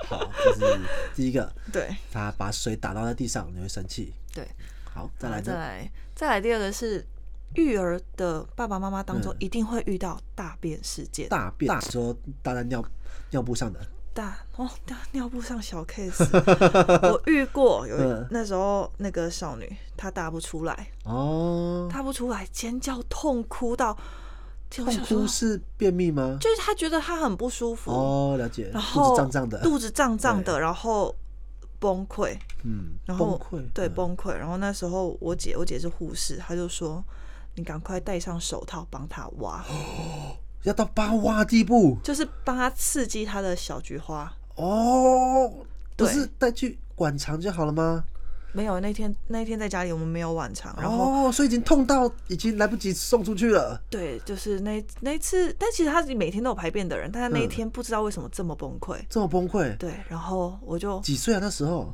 Speaker 2: 好，这是第一个，
Speaker 3: 对
Speaker 2: 他把水打到在地上，你会生气。
Speaker 3: 对，
Speaker 2: 好，再
Speaker 3: 好
Speaker 2: 来
Speaker 3: 再
Speaker 2: 呢？
Speaker 3: 来再来第二个是育儿的爸爸妈妈当中
Speaker 2: 嗯
Speaker 3: 一定会遇到大便事件，
Speaker 2: 大便，大说大在尿尿布上的，
Speaker 3: 大哦大尿布上 小 case，我遇过有
Speaker 2: 嗯
Speaker 3: 那时候那个少女她大不出来，
Speaker 2: 哦，
Speaker 3: 大不出来尖叫痛哭到，就
Speaker 2: 痛
Speaker 3: 想说
Speaker 2: 哭是便秘吗？
Speaker 3: 就是她觉得她很不舒服，
Speaker 2: 哦，了解，
Speaker 3: 然
Speaker 2: 肚
Speaker 3: 后
Speaker 2: 子胀胀的，
Speaker 3: 肚子胀胀的，
Speaker 2: 对
Speaker 3: 然后崩溃，
Speaker 2: 嗯，
Speaker 3: 然
Speaker 2: 崩
Speaker 3: 后
Speaker 2: 溃，
Speaker 3: 对
Speaker 2: 嗯，
Speaker 3: 崩溃。然后那时候我姐，我姐是护士，她就说：“你赶快戴上手套，帮她挖，
Speaker 2: 要到八哇地步
Speaker 3: 就是帮她刺激她的小菊花。
Speaker 2: 哦，不
Speaker 3: 对
Speaker 2: 是带去馆藏就好了吗？”
Speaker 3: 没有，那天那天在家里我们没有晚场，然后、
Speaker 2: 哦，所以已经痛到已经来不及送出去了，
Speaker 3: 对，就是那那一次，但其实她是每天都有排便的人，但她那一
Speaker 2: 嗯
Speaker 3: 天不知道为什么这么崩溃。
Speaker 2: 这么崩溃，
Speaker 3: 对，然后我就
Speaker 2: 几岁啊那时候？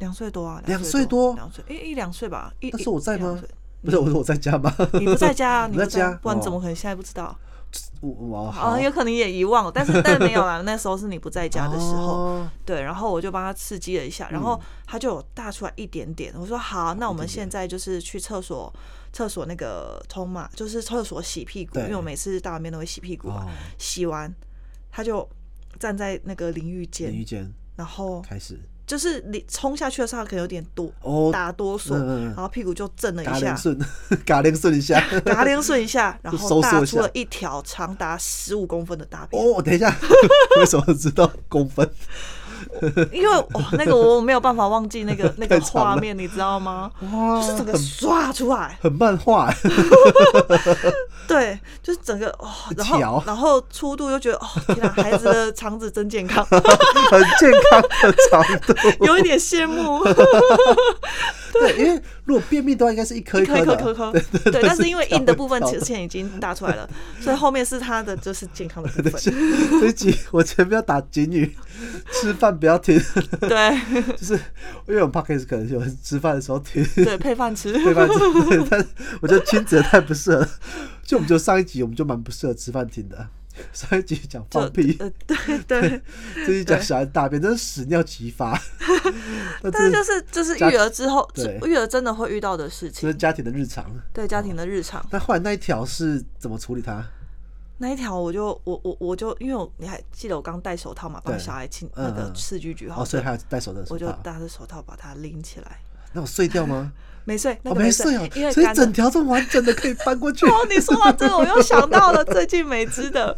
Speaker 3: 两岁多啊，
Speaker 2: 两
Speaker 3: 岁
Speaker 2: 岁多
Speaker 3: 两岁一一两岁吧，一
Speaker 2: 那时候我在？
Speaker 3: 一两
Speaker 2: 吗
Speaker 3: 岁？
Speaker 2: 不是，我说我在家吗？
Speaker 3: 你不在家 啊，你
Speaker 2: 我在
Speaker 3: 不在
Speaker 2: 家
Speaker 3: 不然怎么
Speaker 2: 哦
Speaker 3: 可能现在不知道？
Speaker 2: 我我
Speaker 3: 啊，有可能也遗忘了，但是但没有啦， 那时候是你不在家的时候，
Speaker 2: 哦
Speaker 3: 对，然后我就帮他刺激了一下，然后
Speaker 2: 嗯
Speaker 3: 他就有大出来一点点，我说好，那我们现在就是去厕所，厕所那个冲嘛，就是厕所洗屁股，
Speaker 2: 对
Speaker 3: 因为我每次大完便都会洗屁股嘛
Speaker 2: 哦，
Speaker 3: 洗完他就站在那个淋浴
Speaker 2: 淋浴
Speaker 3: 间，
Speaker 2: 间
Speaker 3: 然后
Speaker 2: 开始，
Speaker 3: 就是你冲下去的时候，他可能有点哆
Speaker 2: 哦
Speaker 3: 打哆嗦，
Speaker 2: 嗯嗯嗯
Speaker 3: 然后屁股就震了
Speaker 2: 嘎
Speaker 3: 一
Speaker 2: 铃
Speaker 3: 下。
Speaker 2: 顺，嘎铃顺一下。
Speaker 3: 嘎铃顺 一下，然
Speaker 2: 就
Speaker 3: 后
Speaker 2: 收缩
Speaker 3: 大
Speaker 2: 一
Speaker 3: 出了
Speaker 2: 下
Speaker 3: 一条长达十五公分的大便。
Speaker 2: 哦，等一下， 为什么知道公分？
Speaker 3: 因为哦，那个我没有办法忘记那 个那个
Speaker 2: 太长了
Speaker 3: 画面，你知道吗？
Speaker 2: 哇，
Speaker 3: 就是整个刷出来，
Speaker 2: 很漫画欸，
Speaker 3: 对，就是整个哦，然后
Speaker 2: 条
Speaker 3: 然后粗度又觉得哦，天哪，孩子的肠子真健康，
Speaker 2: 很健康的长度。
Speaker 3: 有一点 羡慕，
Speaker 2: 对，因为如果便秘的话，应该是一颗
Speaker 3: 一颗
Speaker 2: 颗
Speaker 3: 一颗
Speaker 2: 的。
Speaker 3: 颗颗，对，但是因为硬的部分
Speaker 2: 条
Speaker 3: 其实已经大出来了，所以后面是它的就是健 康的部分，
Speaker 2: 这一集我前面要打警语，吃饭不要停，
Speaker 3: 对
Speaker 2: 就是因为我们 podcast 可能有人吃饭的时候停，
Speaker 3: 对，配饭 吃，
Speaker 2: 对吧？对，但是我觉得亲子也太不适合了。就我们就上一集我们就蛮不适合吃饭停的，上一集讲
Speaker 3: 就
Speaker 2: 放屁，
Speaker 3: 呃对 对，
Speaker 2: 这一集讲小孩大便，真是屎尿齐 发。那
Speaker 3: 但
Speaker 2: 这
Speaker 3: 是就是就是
Speaker 2: 家
Speaker 3: 育儿之后，
Speaker 2: 对
Speaker 3: 育儿真的会遇到的事
Speaker 2: 这是
Speaker 3: 情，
Speaker 2: 家庭的日常。
Speaker 3: 对家庭的日常。
Speaker 2: 那后来那一条是怎么处理它？
Speaker 3: 那一条我就我我我就因为我你还记得我刚戴手套嘛，帮
Speaker 2: 对
Speaker 3: 小孩清
Speaker 2: 嗯
Speaker 3: 那个
Speaker 2: 嗯
Speaker 3: 四居居
Speaker 2: 哦，
Speaker 3: 好，
Speaker 2: 所以还有戴手的手
Speaker 3: 我就
Speaker 2: 套，
Speaker 3: 戴着手套把它拎起来，
Speaker 2: 那我碎掉吗？
Speaker 3: 没睡， 那
Speaker 2: 哦，
Speaker 3: 个
Speaker 2: 没
Speaker 3: 睡
Speaker 2: 碎哦，，
Speaker 3: 因为
Speaker 2: 所以
Speaker 3: 干
Speaker 2: 整
Speaker 3: 的。
Speaker 2: 条这么完整的可以搬过去，
Speaker 3: 哦，你 说到这个，我又想到了最近美姿的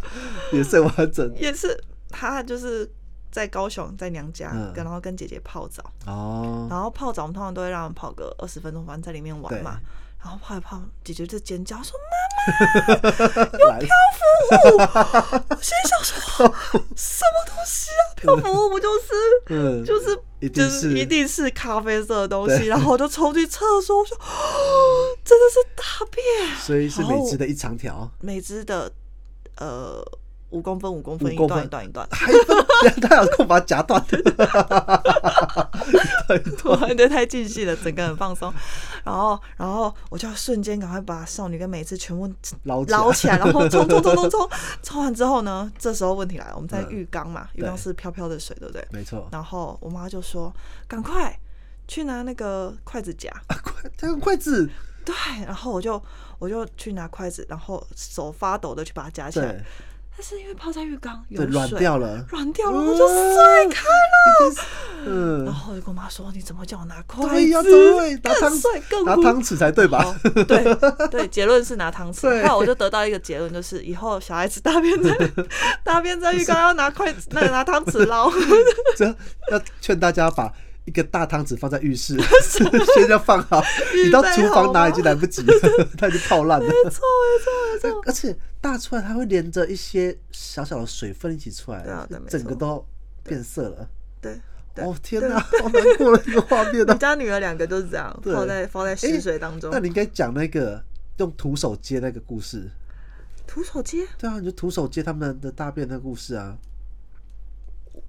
Speaker 2: 也是完整
Speaker 3: 也是，她就是在高雄在娘家，
Speaker 2: 嗯
Speaker 3: 跟然后跟姐姐泡澡，
Speaker 2: 哦。
Speaker 3: 然后泡澡我们通常都会让人泡个二十分钟，反正在里面玩
Speaker 2: 对
Speaker 3: 嘛。然后泡一泡，姐姐就尖叫说
Speaker 2: 来
Speaker 3: 心 想说什么东西啊？漂浮物不就是
Speaker 2: 嗯，
Speaker 3: 就是
Speaker 2: 一
Speaker 3: 就
Speaker 2: 定
Speaker 3: 是
Speaker 2: 是
Speaker 3: 一定是咖啡色的东西，
Speaker 2: 对
Speaker 3: 然后我就冲去厕所，我说哦真的是大便，
Speaker 2: 所以是
Speaker 3: 然
Speaker 2: 每
Speaker 3: 后
Speaker 2: 只的一长条，
Speaker 3: 每只的呃五公分五公
Speaker 2: 5
Speaker 3: 分一
Speaker 2: 公
Speaker 3: 段
Speaker 2: 分，
Speaker 3: 一段一段
Speaker 2: 还分， 他有空把它夹断，
Speaker 3: 对对，太尽兴了，整个很放松。然后然后我就瞬间赶快把少女跟每只全部
Speaker 2: 捞起来
Speaker 3: 捞起来，然后冲冲冲冲冲，冲完之后呢，这时候问题来了，我们在
Speaker 2: 嗯
Speaker 3: 浴缸嘛，浴
Speaker 2: 对
Speaker 3: 缸是飘飘的水，对不对？
Speaker 2: 没错。
Speaker 3: 然后我妈就说赶快去拿那个筷子夹。
Speaker 2: 啊筷，他用筷子，
Speaker 3: 对，然后我就我就去拿筷子，然后手发抖的去把它夹起来
Speaker 2: 对，，
Speaker 3: 但是因为泡在浴缸有
Speaker 2: 对，软
Speaker 3: 水
Speaker 2: 掉 嗯了，
Speaker 3: 软掉了，我就碎开。
Speaker 2: 了。
Speaker 3: 然
Speaker 2: 嗯，
Speaker 3: 后我就跟我妈说：“你怎么叫我拿哦筷
Speaker 2: 对呀，
Speaker 3: 子？
Speaker 2: 对，拿
Speaker 3: 更
Speaker 2: 汤
Speaker 3: 碎更
Speaker 2: 拿
Speaker 3: 糊
Speaker 2: 汤匙才对吧？
Speaker 3: 哦对 对，结论是拿汤匙。
Speaker 2: 对
Speaker 3: 后来我就得到一个结论，就是以后小孩子大便在 大便在浴缸要拿筷子，那个拿汤匙捞。
Speaker 2: 这要劝大家把一个大汤匙放在浴室， 先要放好，你到厨房拿已经来不 及了，它已经泡烂了。
Speaker 3: 没错没错没错，
Speaker 2: 而且大出来它会连着一些小小的水分一起出来，
Speaker 3: 对啊对没错
Speaker 2: 整个都变色了。
Speaker 3: 对。对啊
Speaker 2: 哦天哪，好难过的一个 画面
Speaker 3: 我
Speaker 2: 啊！
Speaker 3: 家女儿两个都是这样，
Speaker 2: 对
Speaker 3: 泡在泡在
Speaker 2: 诶
Speaker 3: 溪水当中
Speaker 2: 那。你应该讲那个用徒手接那个故事。
Speaker 3: 徒手接，
Speaker 2: 对啊，你就徒手接他们的大便那个故事啊，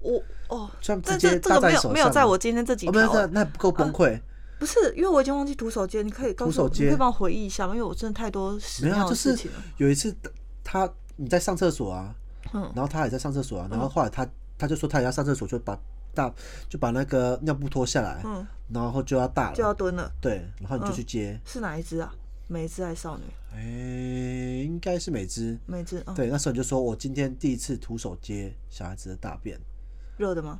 Speaker 3: 我哦，
Speaker 2: 这样直
Speaker 3: 但
Speaker 2: 接
Speaker 3: 这这
Speaker 2: 搭
Speaker 3: 个
Speaker 2: 在
Speaker 3: 没
Speaker 2: 手上
Speaker 3: 有
Speaker 2: 啊。
Speaker 3: 没有在我今天这几
Speaker 2: 哦，没有
Speaker 3: 条
Speaker 2: 这
Speaker 3: 欸
Speaker 2: 样，，那不够崩溃。
Speaker 3: 不是因为我已经忘记徒手接，你可以告
Speaker 2: 徒
Speaker 3: 诉
Speaker 2: 手
Speaker 3: 我，
Speaker 2: 接
Speaker 3: 你可以帮我回忆一下吗？因为我真的太多屎
Speaker 2: 没有啊，
Speaker 3: 尿
Speaker 2: 就
Speaker 3: 的事
Speaker 2: 是
Speaker 3: 情了。
Speaker 2: 有一次他你在上厕所啊，
Speaker 3: 嗯，
Speaker 2: 然后他也在上厕所啊，然后后来他他就说他也要上厕所，就把大就把那个尿布脱下来，
Speaker 3: 嗯，
Speaker 2: 然后就要大
Speaker 3: 就要
Speaker 2: 了，
Speaker 3: 蹲了，
Speaker 2: 对，然后你就
Speaker 3: 嗯
Speaker 2: 去接，
Speaker 3: 是哪一只啊？美姿还是少女？
Speaker 2: 哎，应该是美姿。
Speaker 3: 美姿，嗯，
Speaker 2: 对，那时候你就说我今天第一次徒手接小孩子的大便，
Speaker 3: 热的吗？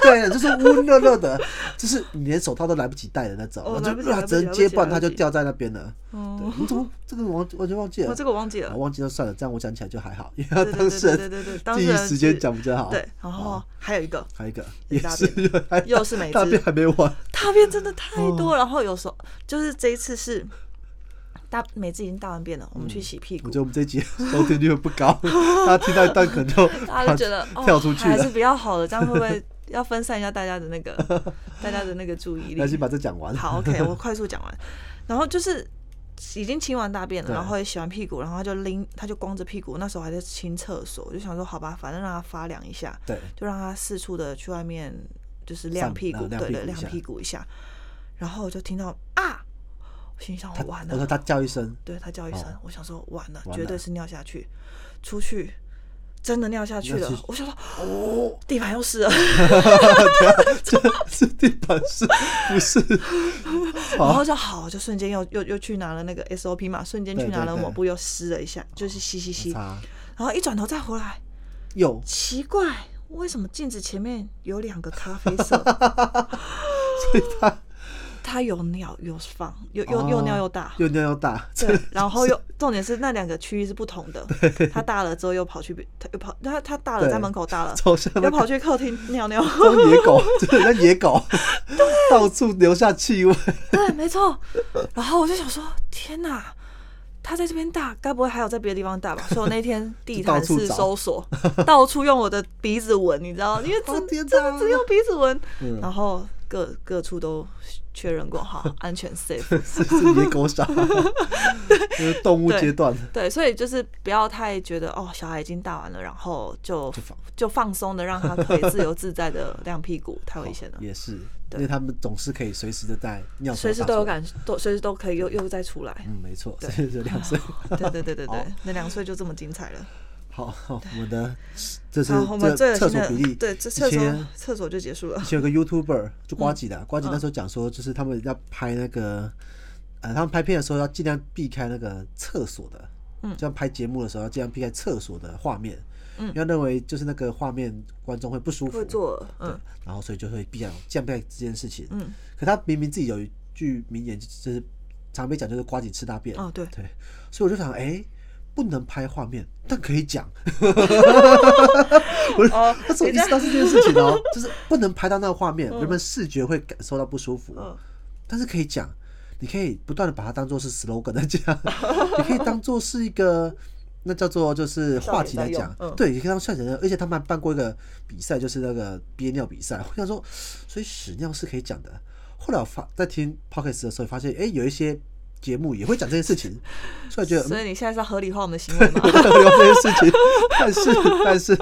Speaker 2: 对，就是温热热的，就是你连手套都来不及戴的那种，
Speaker 3: 哦
Speaker 2: 然
Speaker 3: 来
Speaker 2: 后就
Speaker 3: 不及
Speaker 2: 啊
Speaker 3: 来不
Speaker 2: 只
Speaker 3: 及
Speaker 2: 能
Speaker 3: 来不
Speaker 2: 接，
Speaker 3: 及
Speaker 2: 不然
Speaker 3: 来
Speaker 2: 他
Speaker 3: 不
Speaker 2: 就
Speaker 3: 及
Speaker 2: 掉在那边了。对
Speaker 3: 哦，，
Speaker 2: 你怎么这个完完全忘记
Speaker 3: 我
Speaker 2: 了
Speaker 3: 这？个我忘记
Speaker 2: 啊
Speaker 3: 了。
Speaker 2: 忘记就算了，这样我讲起来就还好，因为他
Speaker 3: 对对
Speaker 2: 当
Speaker 3: 对
Speaker 2: 事
Speaker 3: 对对
Speaker 2: 人
Speaker 3: 对对，当
Speaker 2: 第
Speaker 3: 事
Speaker 2: 一
Speaker 3: 人
Speaker 2: 时间
Speaker 3: 是
Speaker 2: 讲比哦较好。
Speaker 3: 对，，然后
Speaker 2: 好
Speaker 3: 还有一个
Speaker 2: 还有一个
Speaker 3: 也
Speaker 2: 也
Speaker 3: 是大
Speaker 2: 是还
Speaker 3: 又是美
Speaker 2: 大
Speaker 3: 姿
Speaker 2: 便，还没完，
Speaker 3: 大便真的太
Speaker 2: 哦
Speaker 3: 多，然后有时候就是这一次是大每次已经大完便了，我们去洗屁
Speaker 2: 嗯
Speaker 3: 股
Speaker 2: 我觉，得我们这集收听率会不 高，大家听到一段可能就
Speaker 3: 大家就觉得
Speaker 2: 把
Speaker 3: 哦，
Speaker 2: 跳出去
Speaker 3: 还是
Speaker 2: 了，
Speaker 3: 比较好的，这样会 不会要分散一下大家的那个大家的那个注意
Speaker 2: 那先
Speaker 3: 力？
Speaker 2: 把这讲完。
Speaker 3: 好，OK，我快速讲完，然后就是。已经清完大便了，
Speaker 2: 对
Speaker 3: 然后也洗完屁股，然后他就拎，他就光着屁股，那时候还在清厕所，我就想说好吧，反正让他发凉一下，
Speaker 2: 对，
Speaker 3: 就让他四处的去外面就是晾
Speaker 2: 散
Speaker 3: 屁股，
Speaker 2: 啊晾
Speaker 3: 对
Speaker 2: 屁
Speaker 3: 对，
Speaker 2: 股一
Speaker 3: 晾
Speaker 2: 下
Speaker 3: 屁股一下，然后我就听到啊，我心想
Speaker 2: 他
Speaker 3: 我完
Speaker 2: 我
Speaker 3: 了
Speaker 2: 说，他叫一声，
Speaker 3: 对他叫一声，
Speaker 2: 哦
Speaker 3: 我想说完了，
Speaker 2: 完
Speaker 3: 绝对
Speaker 2: 了
Speaker 3: 是尿下去，出去真的尿下去
Speaker 2: 尿
Speaker 3: 了
Speaker 2: 下去，
Speaker 3: 我想说哦，地板又 湿了，
Speaker 2: 这是地板是不是？
Speaker 3: 然后就好，就瞬间又又又去拿了那个 SOP 嘛，瞬间去
Speaker 2: 对对
Speaker 3: 拿了抹
Speaker 2: 对
Speaker 3: 布又湿了一下，就是吸吸吸，
Speaker 2: 擦
Speaker 3: 然后一转头再回来，
Speaker 2: 右
Speaker 3: 奇怪，为什么镜子前面有两个咖啡 色？
Speaker 2: 所以他 哦
Speaker 3: 它有尿有放，又又又尿又大。
Speaker 2: 又尿又大，
Speaker 3: 对， 然后又重点是那两个区域是不同的，它大了之后又跑去别，它又跑，它它大了
Speaker 2: 对
Speaker 3: 在门口大了，
Speaker 2: 超像那
Speaker 3: 又
Speaker 2: 个
Speaker 3: 跑去客厅尿尿，
Speaker 2: 像野狗， 真的像野狗，到处留下气 味。
Speaker 3: 对，没错。然后我就想说，天哪，他在这边大，该不会还有在别的地方大吧？所以我 那天地毯式搜索， 到处用我的鼻子闻，你知道，因为
Speaker 2: 哦
Speaker 3: 只
Speaker 2: 天
Speaker 3: 真
Speaker 2: 哪
Speaker 3: 的只用鼻子闻
Speaker 2: 嗯，
Speaker 3: 然后各各处都确认过，好， 安全 safe。
Speaker 2: 是是野狗傻，就是动物
Speaker 3: 对
Speaker 2: 阶段。
Speaker 3: 对，所以就是不要太觉得哦，小孩已经大完了，然后就
Speaker 2: 就放
Speaker 3: 就放松的让他可以自由自在的晾屁股，太危 险了。
Speaker 2: 也是，
Speaker 3: 对
Speaker 2: 因为他们总是可以随时的在尿床
Speaker 3: 随时
Speaker 2: 发
Speaker 3: 都有
Speaker 2: 作。
Speaker 3: 感，都随时都可以又又再出来。
Speaker 2: 嗯，没错，
Speaker 3: 对
Speaker 2: 所以就 两岁。
Speaker 3: 对对对对对
Speaker 2: 好，
Speaker 3: 那两岁就这么精彩了。
Speaker 2: 好，好，我们的这是
Speaker 3: 好，我们
Speaker 2: 这个厕
Speaker 3: 最恶
Speaker 2: 所
Speaker 3: 心的
Speaker 2: 比例。
Speaker 3: 对，这
Speaker 2: 以
Speaker 3: 厕所嗯
Speaker 2: 前
Speaker 3: 厕所就结束了
Speaker 2: 以。前有个 YouTuber 就瓜吉的啊，瓜吉那时候讲说，就是他们要拍那个，呃，他们拍片的时候要尽量避开那个厕所的，
Speaker 3: 嗯
Speaker 2: 这样拍节目的时候要尽量避开厕所的画面，
Speaker 3: 嗯
Speaker 2: 因为认为就是那个画面观众会不舒服
Speaker 3: 会，做，嗯
Speaker 2: 然后所以就会避开这样避开这件事情。
Speaker 3: 嗯，
Speaker 2: 可他明明自己有一句名言，就是常被讲，就是瓜子吃大便。
Speaker 3: 哦对，
Speaker 2: 对，所以我就想，哎、不能拍画面，但可以讲。我
Speaker 3: 哦
Speaker 2: 那时候意识到是这件事情哦，就是不能拍到那个画面，人们视觉会感受到不舒服，
Speaker 3: 嗯
Speaker 2: 但是可以讲，你可以不断的把它当做是 slogan 在 讲，你可以当做是一个。那叫做就是话题来
Speaker 3: 笑点
Speaker 2: 讲
Speaker 3: 在，用嗯
Speaker 2: 对，你可以当笑点在用，而且他们还办过一个比赛，就是那个憋尿比赛。我想说，所以屎尿是可以讲的。后来我发在听 Pockets 的时候，发现哎、诶有一些节目也会讲这件事情，所以我觉得嗯
Speaker 3: 所以你现在是要合理化我们的行为 吗？啊
Speaker 2: 有这些事情，但是但是，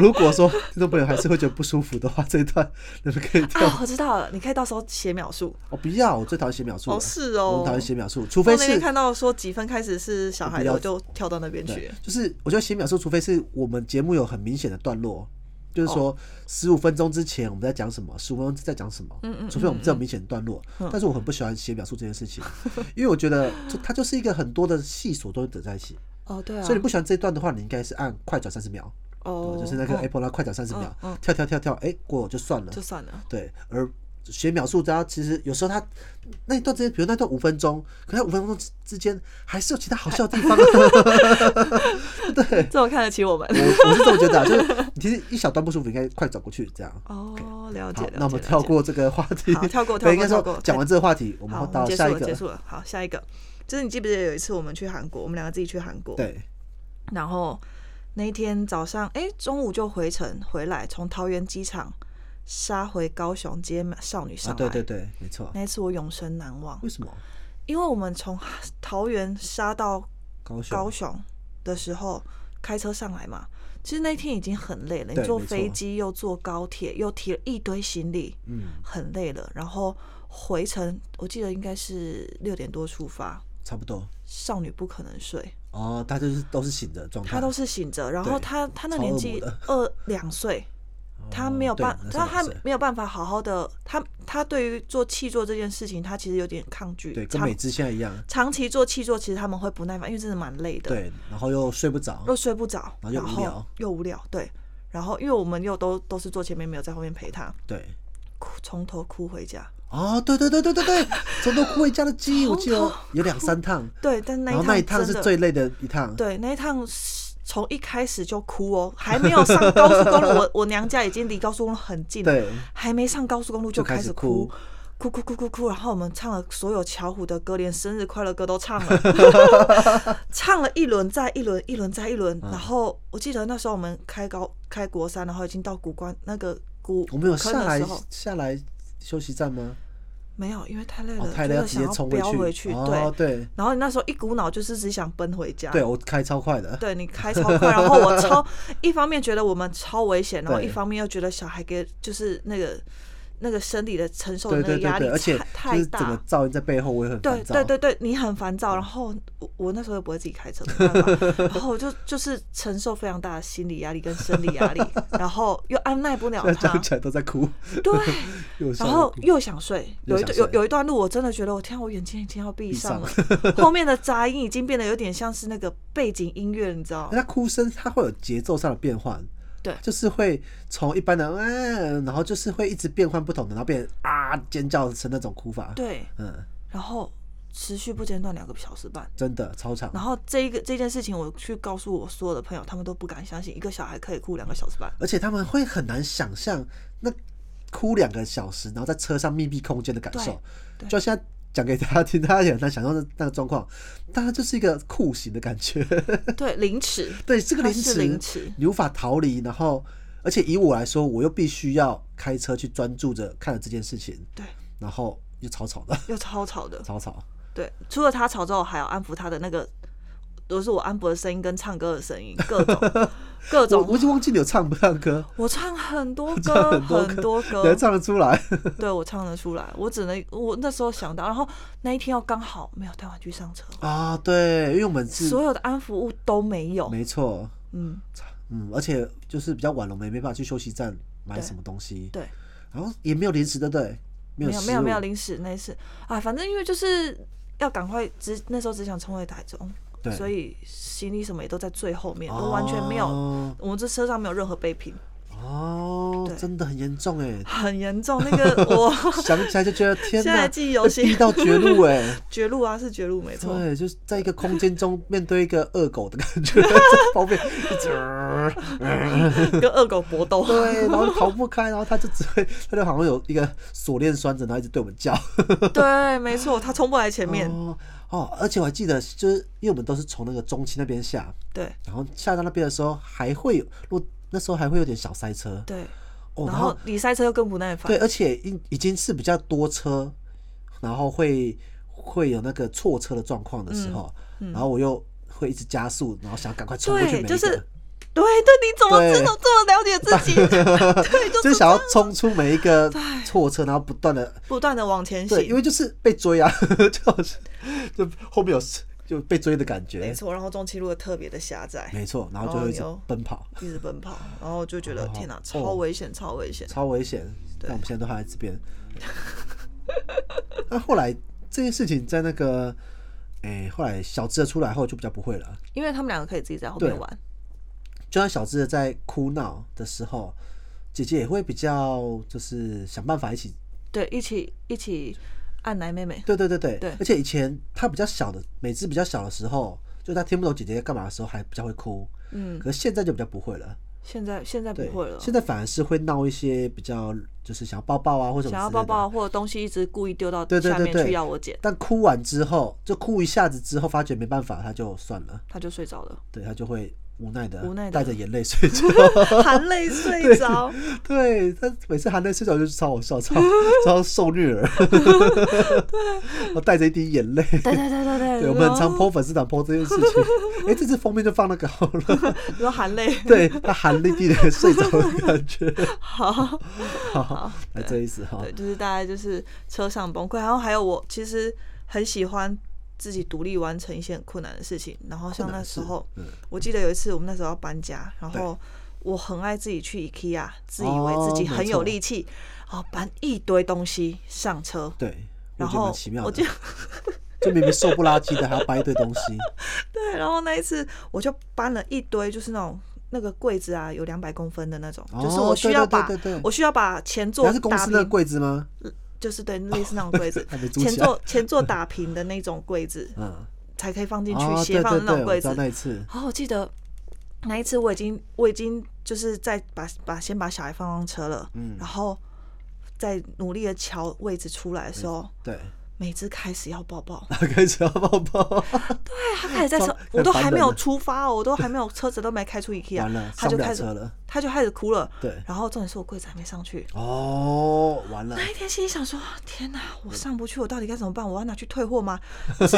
Speaker 2: 如果说听众朋友还是会觉得不舒服的话，这一段你们可以跳。
Speaker 3: 啊，我知道了，你可以到时候写秒数。
Speaker 2: 我、不要，我最讨厌写秒数了。
Speaker 3: 哦，是
Speaker 2: 我
Speaker 3: 哦
Speaker 2: 很，讨厌写秒数，除
Speaker 3: 我
Speaker 2: 非
Speaker 3: 那天
Speaker 2: 是
Speaker 3: 看到说几分开始是小孩
Speaker 2: 我
Speaker 3: 的，
Speaker 2: 不要
Speaker 3: 我就跳到那边去
Speaker 2: 对。，就是我觉得写秒数，除非是我们节目有很明显的段落，就是说
Speaker 3: 哦
Speaker 2: 十五分钟之前我们在讲什么，十五分钟在讲什么，
Speaker 3: 嗯嗯嗯
Speaker 2: 除非我们这种明显的段落。但是我很不喜欢写秒数这件事情，因为我觉得就它就是一个很多的细琐都会得在一起，
Speaker 3: 哦， 对啊，
Speaker 2: 所以你不喜欢这一段的话，你应该是按快转三十秒。
Speaker 3: 哦，
Speaker 2: 就是那个
Speaker 3: 哦
Speaker 2: Apple 它快转三十秒
Speaker 3: 嗯，
Speaker 2: 跳跳跳跳，哎、过了就算了
Speaker 3: 就。算了，
Speaker 2: 对，而学秒数，它其实有时候它那一段之间，比如那段五分钟，可能五分钟之之间还是有其他好笑的地方、啊。
Speaker 3: 这么看得起我们。
Speaker 2: 我我是这么觉得、啊，就是你其实一小段不舒服，应该快转过去这样。
Speaker 3: 哦，了解
Speaker 2: 好
Speaker 3: 了解。，
Speaker 2: 那我们
Speaker 3: 了
Speaker 2: 跳
Speaker 3: 解
Speaker 2: 过这个话题，
Speaker 3: 好跳 过
Speaker 2: 对
Speaker 3: 跳过
Speaker 2: 应该
Speaker 3: 跳
Speaker 2: 说
Speaker 3: 过
Speaker 2: 讲完这个话题，我们
Speaker 3: 好，
Speaker 2: 会
Speaker 3: 我们
Speaker 2: 到
Speaker 3: 结
Speaker 2: 下一
Speaker 3: 束了，
Speaker 2: 个
Speaker 3: 结。束了。好，下一个就是你记不记得有一次我们去韩国，我们两个自己去韩国，，
Speaker 2: 对，
Speaker 3: 然后那一天早上，哎、中午就回程回来，从桃园机场杀回高雄接少女上
Speaker 2: 啊，
Speaker 3: 来。
Speaker 2: 对对对，没错。
Speaker 3: 那一次我永生难忘，
Speaker 2: 为什么
Speaker 3: 因为我们从桃园杀到
Speaker 2: 高雄？
Speaker 3: 高雄的时候开车上来嘛，其实那天已经很累了，你
Speaker 2: 对
Speaker 3: 坐
Speaker 2: 没错
Speaker 3: 飞机又坐高铁又提了一堆行李，
Speaker 2: 嗯，
Speaker 3: 很累了。然后回程我记得应该是六点多出发，
Speaker 2: 差不多。
Speaker 3: 少女不可能睡，
Speaker 2: 哦，他就是都是醒着的状态，
Speaker 3: 她都是醒着，然后
Speaker 2: 啊对
Speaker 3: 她她那
Speaker 2: 超
Speaker 3: 年
Speaker 2: 恶
Speaker 3: 纪
Speaker 2: 魔的
Speaker 3: 二两岁，
Speaker 2: 哦
Speaker 3: 她没有办，她
Speaker 2: 他
Speaker 3: 她没有办法好好的，她她对于做气作这件事情，她其实有点抗拒，
Speaker 2: 对，跟
Speaker 3: 长
Speaker 2: 美姿现在一样，
Speaker 3: 长期做气作，其实他们会不耐烦，因为真的蛮累的，
Speaker 2: 对，然后又睡不着，
Speaker 3: 又睡不着，
Speaker 2: 然后又无聊
Speaker 3: 又无聊，对，然后因为我们又都都是坐前面，没有在后面陪她，
Speaker 2: 对，
Speaker 3: 哭从头哭回家，
Speaker 2: 哦，对对对对对对， 从头哭回家的记忆，我记得
Speaker 3: 从
Speaker 2: 有
Speaker 3: 头
Speaker 2: 有两三趟，
Speaker 3: 对，但 那
Speaker 2: 然后那一
Speaker 3: 一
Speaker 2: 趟
Speaker 3: 真
Speaker 2: 是
Speaker 3: 的
Speaker 2: 最累的一趟，
Speaker 3: 对，那一趟是从一开始就哭哦，还没有上高速 公路，我我娘家已经离高速公路很近了，
Speaker 2: 对
Speaker 3: 还没上高速公路
Speaker 2: 就
Speaker 3: 就开
Speaker 2: 开始
Speaker 3: 始
Speaker 2: 哭
Speaker 3: 哭。哭哭哭哭哭，然后我们唱了所有巧虎的歌，连生日快乐歌都唱了， 唱了一轮再一轮，一轮再一轮。
Speaker 2: 嗯
Speaker 3: 然后我记得那时候我们开高开国三，然后已经到古关那个古
Speaker 2: 我们有
Speaker 3: 坑
Speaker 2: 下
Speaker 3: 的
Speaker 2: 来
Speaker 3: 时候，
Speaker 2: 下来休息站吗？
Speaker 3: 没有，因为太累了，
Speaker 2: 哦，太累
Speaker 3: 就
Speaker 2: 要
Speaker 3: 是
Speaker 2: 直
Speaker 3: 想
Speaker 2: 接
Speaker 3: 要
Speaker 2: 冲
Speaker 3: 飙回
Speaker 2: 去，
Speaker 3: 去。
Speaker 2: 哦，
Speaker 3: 对，啊
Speaker 2: 对
Speaker 3: 然后你那时候一股脑就是只想奔回家。
Speaker 2: 对，我开超快的，
Speaker 3: 对你开超快，然后我超一方面觉得我们超危险，然后
Speaker 2: 对
Speaker 3: 一方面又觉得小孩给就是那个那个身体的承受的
Speaker 2: 对
Speaker 3: 那个
Speaker 2: 对
Speaker 3: 压
Speaker 2: 对对，
Speaker 3: 力
Speaker 2: 而且
Speaker 3: 太
Speaker 2: 就是
Speaker 3: 太
Speaker 2: 整个
Speaker 3: 大。
Speaker 2: 噪音在背后，我也很
Speaker 3: 对
Speaker 2: 烦躁，
Speaker 3: 对对对，你很烦躁，然后我我那时候又不会自己开车，没办法然后我就就是承受非常大的心理压力跟生理压力，然后又按 耐不了
Speaker 2: 现在
Speaker 3: 他
Speaker 2: 讲，起来都在哭，
Speaker 3: 对，
Speaker 2: 又笑
Speaker 3: 然
Speaker 2: 又
Speaker 3: 后
Speaker 2: 哭
Speaker 3: 又想睡，
Speaker 2: 又
Speaker 3: 有
Speaker 2: 想
Speaker 3: 一段
Speaker 2: 睡
Speaker 3: 有有一段路，我真的觉得我天啊，我眼睛已经要闭上了
Speaker 2: 闭，
Speaker 3: 后面的杂音已经变得有点像是那个背景音乐，你知道吗？
Speaker 2: 那哭声它会有节奏上的变换，
Speaker 3: 对
Speaker 2: 就是会从一般的嗯，然后就是会一直变换不同的，然后变成啊尖叫成那种哭法，，
Speaker 3: 对，
Speaker 2: 嗯，
Speaker 3: 然后持续不间断两个小时半。
Speaker 2: 真的超长，
Speaker 3: 然后这一个这件事情，我去告诉我所有的朋友，他们都不敢相信一个小孩可以哭两个小时 半。
Speaker 2: 而且他们会很难想象那哭两个小时，然后在车上密闭空间的感受，
Speaker 3: 对对
Speaker 2: 就像现在讲给大家听，大家也很难想象那个状况，但它就是一个酷刑的感 觉，
Speaker 3: 对，凌迟，
Speaker 2: 对，这个
Speaker 3: 它
Speaker 2: 凌
Speaker 3: 是
Speaker 2: 迟，
Speaker 3: 凌迟
Speaker 2: 你无法逃离，然后而且以我来说，我又必须要开车去专注着看了这件事情，
Speaker 3: 对，
Speaker 2: 然后又吵吵的。
Speaker 3: 又超吵的。
Speaker 2: 吵吵，
Speaker 3: 对，除了他吵之后，还有安抚他的那个，都是我安抚的声音跟唱歌的声音，各种各
Speaker 2: 我
Speaker 3: 种。
Speaker 2: 我已经忘记你有唱不唱歌，
Speaker 3: 我唱很多
Speaker 2: 唱
Speaker 3: 歌，很多
Speaker 2: 你还
Speaker 3: 歌，
Speaker 2: 唱得出来，
Speaker 3: 对我唱得出来。我只能我那时候想到，然后那一天又刚好没有带玩具上车，
Speaker 2: 啊？对，因为我们是
Speaker 3: 所有的安抚物都没有。
Speaker 2: 没错，
Speaker 3: 嗯，
Speaker 2: 嗯，而且就是比较晚了，我们也没办法去休息站买
Speaker 3: 对
Speaker 2: 什么东西，
Speaker 3: 对。
Speaker 2: 然后也没有零食，对不对？没
Speaker 3: 没有没有没有
Speaker 2: 食
Speaker 3: 零食那一次啊，反正因为就是要赶快只那时候只想冲回台中，
Speaker 2: 物，对，
Speaker 3: 所以行李什么也都在最后面，
Speaker 2: 哦
Speaker 3: 都完全没有。我们这车上没有任何备品，
Speaker 2: 哦
Speaker 3: 对，，
Speaker 2: 真的很严重哎
Speaker 3: 很严重。那 个我
Speaker 2: 想起来就觉得天
Speaker 3: 现在
Speaker 2: 哪，
Speaker 3: 记忆犹
Speaker 2: 被
Speaker 3: 新
Speaker 2: 逼到绝路 哎，
Speaker 3: 绝路啊，是绝路没错。
Speaker 2: 对，就是在一个空间中面对一个恶狗的感觉， 在旁边一直。
Speaker 3: 跟恶狗搏斗，
Speaker 2: 对，然后逃不开，然后他就只会，他就好像有一个锁链拴着，然后一直对我们叫。
Speaker 3: 对，没错，他冲不来前 面，
Speaker 2: 哦哦，而且我还记得，就是因为我们都是从那个中期那边下，
Speaker 3: 对
Speaker 2: 然后下到那边的时候还会有，如果那时候还会有点小塞车。
Speaker 3: 对。
Speaker 2: 哦，
Speaker 3: 然
Speaker 2: 然
Speaker 3: 后你塞车又更不耐烦
Speaker 2: 对，，而且已已经是比较多车，然后会会有那个错车的状况的时候，然后我又会一直加速，然后想赶快冲过去每一
Speaker 3: 嗯
Speaker 2: 个。
Speaker 3: 对，就是对对，你怎么
Speaker 2: 对
Speaker 3: 这么这么了解自 己？对，就
Speaker 2: 就是
Speaker 3: 是
Speaker 2: 想要冲出每一个错车，然后不断的
Speaker 3: 不断的往前
Speaker 2: 对，因
Speaker 3: 行，
Speaker 2: 为就是被追啊， 就是就后面有就被追的感
Speaker 3: 没
Speaker 2: 觉，
Speaker 3: 错。然后中期路又特别的狭窄，
Speaker 2: 没错，然后就
Speaker 3: 哦
Speaker 2: 会一直
Speaker 3: 有
Speaker 2: 奔跑，
Speaker 3: 一直奔跑，然后就觉得
Speaker 2: 哦
Speaker 3: 天哪，
Speaker 2: 哦
Speaker 3: 超危险，超危险。
Speaker 2: 超危险。
Speaker 3: 对
Speaker 2: 但我们现在都还在这边。 那后来这件事情在那个，哎、后来小智的出来后就比较不会了。
Speaker 3: 因为他们两个可以自己在后面
Speaker 2: 对
Speaker 3: 玩，
Speaker 2: 就像小智的在哭闹的时候，姐姐也会比较就是想办法一起。
Speaker 3: 对，一起一起按奶妹妹，
Speaker 2: 对对对对，
Speaker 3: 对
Speaker 2: 而且以前她比较小的，每次比较小的时候，就她听不懂姐姐在干嘛的时候还比较会哭，
Speaker 3: 嗯，
Speaker 2: 可是现在就比较不会了。
Speaker 3: 现在现在不
Speaker 2: 对
Speaker 3: 会了，，
Speaker 2: 现在反而是会闹一些比较就是想要抱抱啊或什么
Speaker 3: 想要
Speaker 2: 之类
Speaker 3: 抱
Speaker 2: 的
Speaker 3: 抱或者东西一直故意丢到
Speaker 2: 对对
Speaker 3: 下
Speaker 2: 对
Speaker 3: 面
Speaker 2: 对
Speaker 3: 去要我捡，
Speaker 2: 但哭完之后，就哭一下子之后，发觉没办法，他就算了，
Speaker 3: 他就睡着 了，
Speaker 2: 对他就会无奈的
Speaker 3: 无奈地
Speaker 2: 带着眼泪睡 觉。
Speaker 3: 含泪睡着。
Speaker 2: 对他每次含泪睡着就是超好 笑，超超受虐儿，我带着一滴眼泪。
Speaker 3: 对对对对对，
Speaker 2: 对，我们很常
Speaker 3: 然后
Speaker 2: po 粉丝团 po 这件事情。 哎、这次封面就放那个好了，
Speaker 3: 然后含泪，
Speaker 2: 对他含泪滴的睡着的感觉，
Speaker 3: 好，
Speaker 2: 好，来这意思哈
Speaker 3: 对，。就是大概就是车上崩溃，然后还有我其实很喜欢自己独立完成一些很困难的事情，然后像那时候，
Speaker 2: 困难是，嗯
Speaker 3: 我记得有一次我们那时候要搬家，然
Speaker 2: 对
Speaker 3: 后我很爱自己去 IKEA，自以为自己
Speaker 2: 哦
Speaker 3: 很
Speaker 2: 没
Speaker 3: 有
Speaker 2: 错
Speaker 3: 力气，然后搬一堆东西上车，
Speaker 2: 对，我
Speaker 3: 然
Speaker 2: 觉得
Speaker 3: 后
Speaker 2: 蛮奇妙
Speaker 3: 我
Speaker 2: 的
Speaker 3: 就，
Speaker 2: 就明明瘦不拉几的，还要搬一堆东 西，
Speaker 3: 对，然后那一次我就搬了一堆，就是那种。那个柜子啊，有两百公分的那种，就是
Speaker 2: 哦
Speaker 3: 我
Speaker 2: 对
Speaker 3: 需要
Speaker 2: 对
Speaker 3: 把
Speaker 2: 对对对
Speaker 3: 我需要把前座
Speaker 2: 那是公
Speaker 3: 打
Speaker 2: 司那个
Speaker 3: 平，
Speaker 2: 柜子吗？
Speaker 3: 就是对类似那种柜 子
Speaker 2: 还没，租
Speaker 3: 前
Speaker 2: 起来
Speaker 3: 座前座打平的那种柜子，
Speaker 2: 嗯，
Speaker 3: 才可以放进去
Speaker 2: 哦，
Speaker 3: 斜
Speaker 2: 对
Speaker 3: 放
Speaker 2: 对
Speaker 3: 的那
Speaker 2: 对，
Speaker 3: 种
Speaker 2: 我
Speaker 3: 柜
Speaker 2: 知
Speaker 3: 子。
Speaker 2: 道那一次，
Speaker 3: 然后我记得那一次我已经我已经就是在把把先把小孩放上车了，
Speaker 2: 嗯
Speaker 3: 然后在努力的瞧位置出来的时候，
Speaker 2: 对，，
Speaker 3: 每只开始要抱抱
Speaker 2: 开始要抱 抱，
Speaker 3: 对，他开始在车
Speaker 2: 超，
Speaker 3: 我都
Speaker 2: 很烦
Speaker 3: 还没有
Speaker 2: 人的
Speaker 3: 出发哦，我都还没有车子都没开 出 IKEA，
Speaker 2: 完了，
Speaker 3: 他
Speaker 2: 上
Speaker 3: 就
Speaker 2: 不
Speaker 3: 开
Speaker 2: 了
Speaker 3: 始
Speaker 2: 车了，
Speaker 3: 他就开始哭了，
Speaker 2: 对，
Speaker 3: 然后重点是我柜子还没上去。
Speaker 2: 哦，完了，
Speaker 3: 那一天心里想说：“啊天哪，
Speaker 2: 嗯
Speaker 3: 我上不去，我到底该怎么办？我要拿去退 货吗？”就是，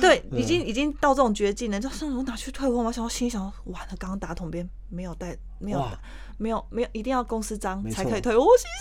Speaker 3: 对，已
Speaker 2: 嗯
Speaker 3: 经已经到这种绝境了。就是我拿去退货吗？想说心里想说：“完了，刚刚打桶边没有带，没有
Speaker 2: 哇
Speaker 3: 打没有没有，一定要公司章
Speaker 2: 没
Speaker 3: 才
Speaker 2: 错
Speaker 3: 可以退货。”我心里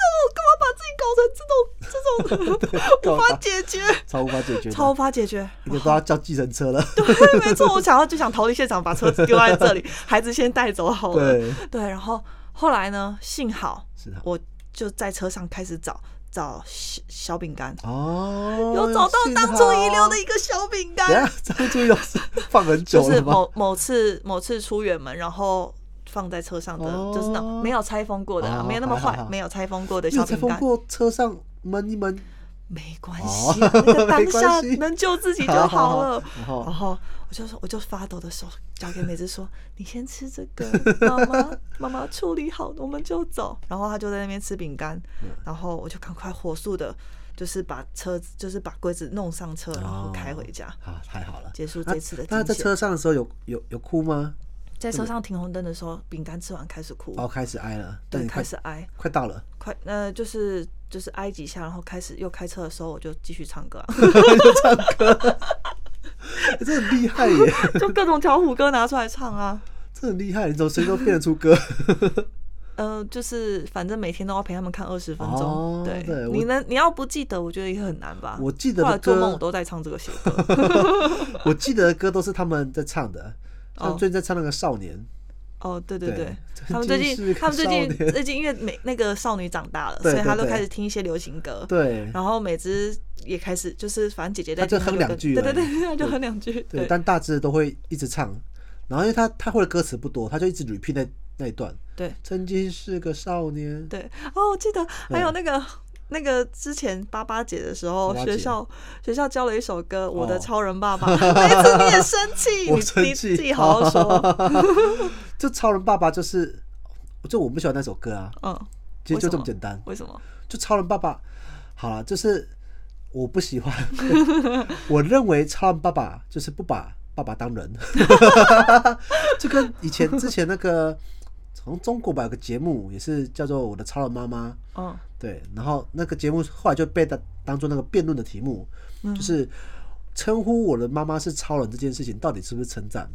Speaker 3: 想说：“ 我干嘛把自己搞成这种这
Speaker 2: 搞
Speaker 3: 种无
Speaker 2: 吧
Speaker 3: 法解决，
Speaker 2: 超无法解决的，
Speaker 3: 超无法 解决。”
Speaker 2: 一个都要叫计程车了，
Speaker 3: 对，没错，我想要就想逃离现场，把车子丢在这里，孩子先带走好了。
Speaker 2: 对，
Speaker 3: 对，然后后来呢？幸好
Speaker 2: 是的，
Speaker 3: 我就在车上开始找找小小饼干，
Speaker 2: 哦，
Speaker 3: 有找到当初遗留的一个小饼
Speaker 2: 幸好，等一
Speaker 3: 干，
Speaker 2: 下张初遗留是放很久
Speaker 3: 就是
Speaker 2: 了吗？
Speaker 3: 某某次某次出远门，然后放在车上的，
Speaker 2: 哦
Speaker 3: 就是那种没有拆封过的啦，
Speaker 2: 哦
Speaker 3: 没有那么
Speaker 2: 还好
Speaker 3: 坏
Speaker 2: 还，好
Speaker 3: 没有拆封过的
Speaker 2: 没
Speaker 3: 小
Speaker 2: 有才
Speaker 3: 饼
Speaker 2: 封
Speaker 3: 干，
Speaker 2: 过车上闷一 闷，
Speaker 3: 没关系啊，
Speaker 2: 哦
Speaker 3: 那个
Speaker 2: 没
Speaker 3: 当
Speaker 2: 关
Speaker 3: 下
Speaker 2: 系
Speaker 3: 能救自己就
Speaker 2: 好好
Speaker 3: 好
Speaker 2: 好
Speaker 3: 了。
Speaker 2: 然后
Speaker 3: 然后我就说，我就发抖的手交给美子说：“你先吃这个，妈妈妈妈处理好，我们就走。”然后他就在那边吃饼干，
Speaker 2: 嗯
Speaker 3: 然后我就赶快火速的，就是把车子，就是把柜子弄上车，然后开回家，
Speaker 2: 啊，太好了。
Speaker 3: 结束
Speaker 2: 那
Speaker 3: 这次的
Speaker 2: 那
Speaker 3: 惊
Speaker 2: 在
Speaker 3: 险。
Speaker 2: 车上的时候有有有哭吗？
Speaker 3: 在车上停红灯的时候，饼干吃完开始哭，
Speaker 2: 哦，开始挨了，但
Speaker 3: 对，
Speaker 2: 你快
Speaker 3: 开始哀，
Speaker 2: 快到了，
Speaker 3: 快呃，就是就是哀几下，然后开始又开车的时候，我就继续唱歌啊、
Speaker 2: 欸这很厉害耶，
Speaker 3: 就各种小虎歌拿出来唱啊。
Speaker 2: 这很厉害，你怎么随便都变得出歌？
Speaker 3: 呃，就是反正每天都要陪他们看二十分钟。
Speaker 2: 哦
Speaker 3: 对，
Speaker 2: 对我
Speaker 3: 你能你要不记得，我觉得也很难吧。
Speaker 2: 我记得
Speaker 3: 后
Speaker 2: 的
Speaker 3: 来做
Speaker 2: 歌
Speaker 3: 梦我都在唱这个些歌。
Speaker 2: 我记得的歌都是他们在唱的，像
Speaker 3: 哦
Speaker 2: 最近在唱那个《少年》
Speaker 3: 哦，对对
Speaker 2: 对
Speaker 3: 对，他们最
Speaker 2: 真是
Speaker 3: 近
Speaker 2: 个
Speaker 3: 他们最
Speaker 2: 少
Speaker 3: 近
Speaker 2: 年
Speaker 3: 最近因为美那个少女长大了，
Speaker 2: 对
Speaker 3: 所以她
Speaker 2: 对
Speaker 3: 都
Speaker 2: 对
Speaker 3: 开始听一些流行歌。
Speaker 2: 对
Speaker 3: 然后美姿也开始就是，反正姐姐在
Speaker 2: 她就
Speaker 3: 听她
Speaker 2: 哼
Speaker 3: 跟
Speaker 2: 两句
Speaker 3: 对
Speaker 2: 而
Speaker 3: 对
Speaker 2: 已
Speaker 3: 对，她就哼两句。
Speaker 2: 对，但大致都会一直唱。然后因为他他会的歌词不多，他就一直 repeat 那那一段。
Speaker 3: 对
Speaker 2: 曾经是个少年，
Speaker 3: 对，哦，我记得
Speaker 2: 嗯
Speaker 3: 还有那个。那个之前八八节的时候，
Speaker 2: 八八
Speaker 3: 学
Speaker 2: 节
Speaker 3: 校学校教了一首歌《我的
Speaker 2: 哦
Speaker 3: 超人 爸 爸》，那一次你也生气，
Speaker 2: 我
Speaker 3: 你你
Speaker 2: 生气
Speaker 3: 自己好好说，
Speaker 2: 这超人爸爸就是，就我不喜欢那首歌啊，
Speaker 3: 嗯，
Speaker 2: 其实就这么
Speaker 3: 为什么
Speaker 2: 简单。
Speaker 3: 为什么？
Speaker 2: 就超人爸爸，好了，就是我不喜欢， 我认为超人爸爸就是不把爸爸当人， 就跟以前之前那个从中国吧有个节目也是叫做《我的超人妈妈》，
Speaker 3: 嗯，
Speaker 2: 对，然后那个节目后来就被当当做那个辩论的题目，就是称呼我的妈妈是超人这件事情到底是不是称赞？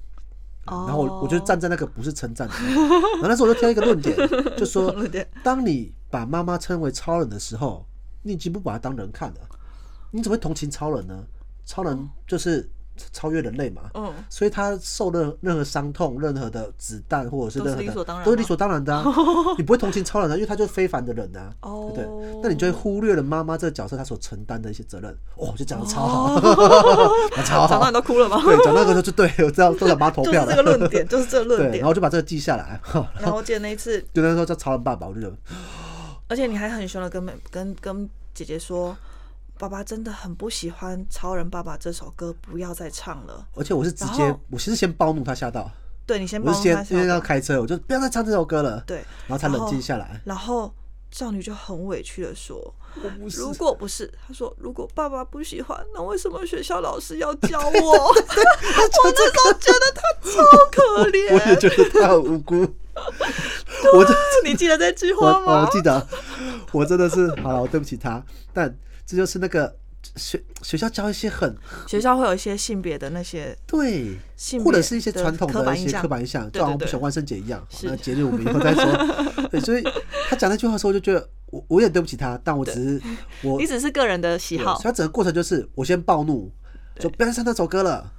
Speaker 3: 哦
Speaker 2: 然后我我就站在那个不是称赞的那个，然后那时候我就挑一个论点，就说
Speaker 3: 哦论点
Speaker 2: 当你把妈妈称为超人的时候，你已经不把她当人看了，你怎么会同情超人呢？超人就是超越人类嘛，
Speaker 3: 嗯，
Speaker 2: 所以他受任任何伤痛、任何的子弹或者是
Speaker 3: 都是
Speaker 2: 任何的
Speaker 3: 理所当
Speaker 2: 都是
Speaker 3: 然吗
Speaker 2: 理所当然 的、啊。你不会同情超人的、因为他就是非凡的人啊。
Speaker 3: 哦
Speaker 2: 对不对，那你就会忽略了妈妈这个角色她所承担的一些责任。哦，就讲的超好，讲超
Speaker 3: 长大
Speaker 2: 好
Speaker 3: 你。都哭了吗？
Speaker 2: 对，讲那个时候就对我知道都想帮他投
Speaker 3: 就
Speaker 2: 票
Speaker 3: 是这个
Speaker 2: 了。
Speaker 3: 论点，就是 这个论
Speaker 2: 对，
Speaker 3: 点
Speaker 2: 然后。我就把这个记下来。 哈
Speaker 3: 然后我记得那一次，
Speaker 2: 就那时候叫超人爸爸，我就觉得
Speaker 3: 而且你还很凶的跟妹跟跟姐姐说，爸爸真的很不喜欢《超人爸爸》这首歌，不要再唱了。
Speaker 2: 而且我是直
Speaker 3: 然
Speaker 2: 接
Speaker 3: 后，
Speaker 2: 我其实先暴怒他吓到，
Speaker 3: 对你先
Speaker 2: 我
Speaker 3: 帮
Speaker 2: 是
Speaker 3: 他
Speaker 2: 先
Speaker 3: 消
Speaker 2: 因为要
Speaker 3: 毒，
Speaker 2: 开车，我就不要再唱这首歌了，
Speaker 3: 对，
Speaker 2: 然后才
Speaker 3: 然
Speaker 2: 冷
Speaker 3: 后
Speaker 2: 静下来。
Speaker 3: 然后少女就很委屈的说
Speaker 2: 我不：“是
Speaker 3: 如果不是，她说如果爸爸不喜欢，那为什么学校老师要教我？” 我那时候觉得她超可
Speaker 2: 我也
Speaker 3: 怜。
Speaker 2: 觉得他很无辜。 我这
Speaker 3: 你记得这句
Speaker 2: 我
Speaker 3: 话
Speaker 2: 我
Speaker 3: 吗？
Speaker 2: 记得，我真的是好了，我对不起他，但这就是那个学学校教一些很
Speaker 3: 学校会有一些性别的那些
Speaker 2: 对
Speaker 3: 性，别
Speaker 2: 或者是一些
Speaker 3: 的
Speaker 2: 传统
Speaker 3: 刻
Speaker 2: 的
Speaker 3: 板
Speaker 2: 一
Speaker 3: 印
Speaker 2: 些
Speaker 3: 象
Speaker 2: 刻板印象，
Speaker 3: 对
Speaker 2: 就好像不
Speaker 3: 对对
Speaker 2: 喜欢万圣节一样。好
Speaker 3: 是
Speaker 2: 那节日我们以后再 说。对，所以他讲那句话的时候，我就觉得我我有点对不起他，但我只 是我
Speaker 3: 你只是个人的喜
Speaker 2: 对
Speaker 3: 好
Speaker 2: 所以，他整个过程就是我先暴怒，说不要再唱那首歌了，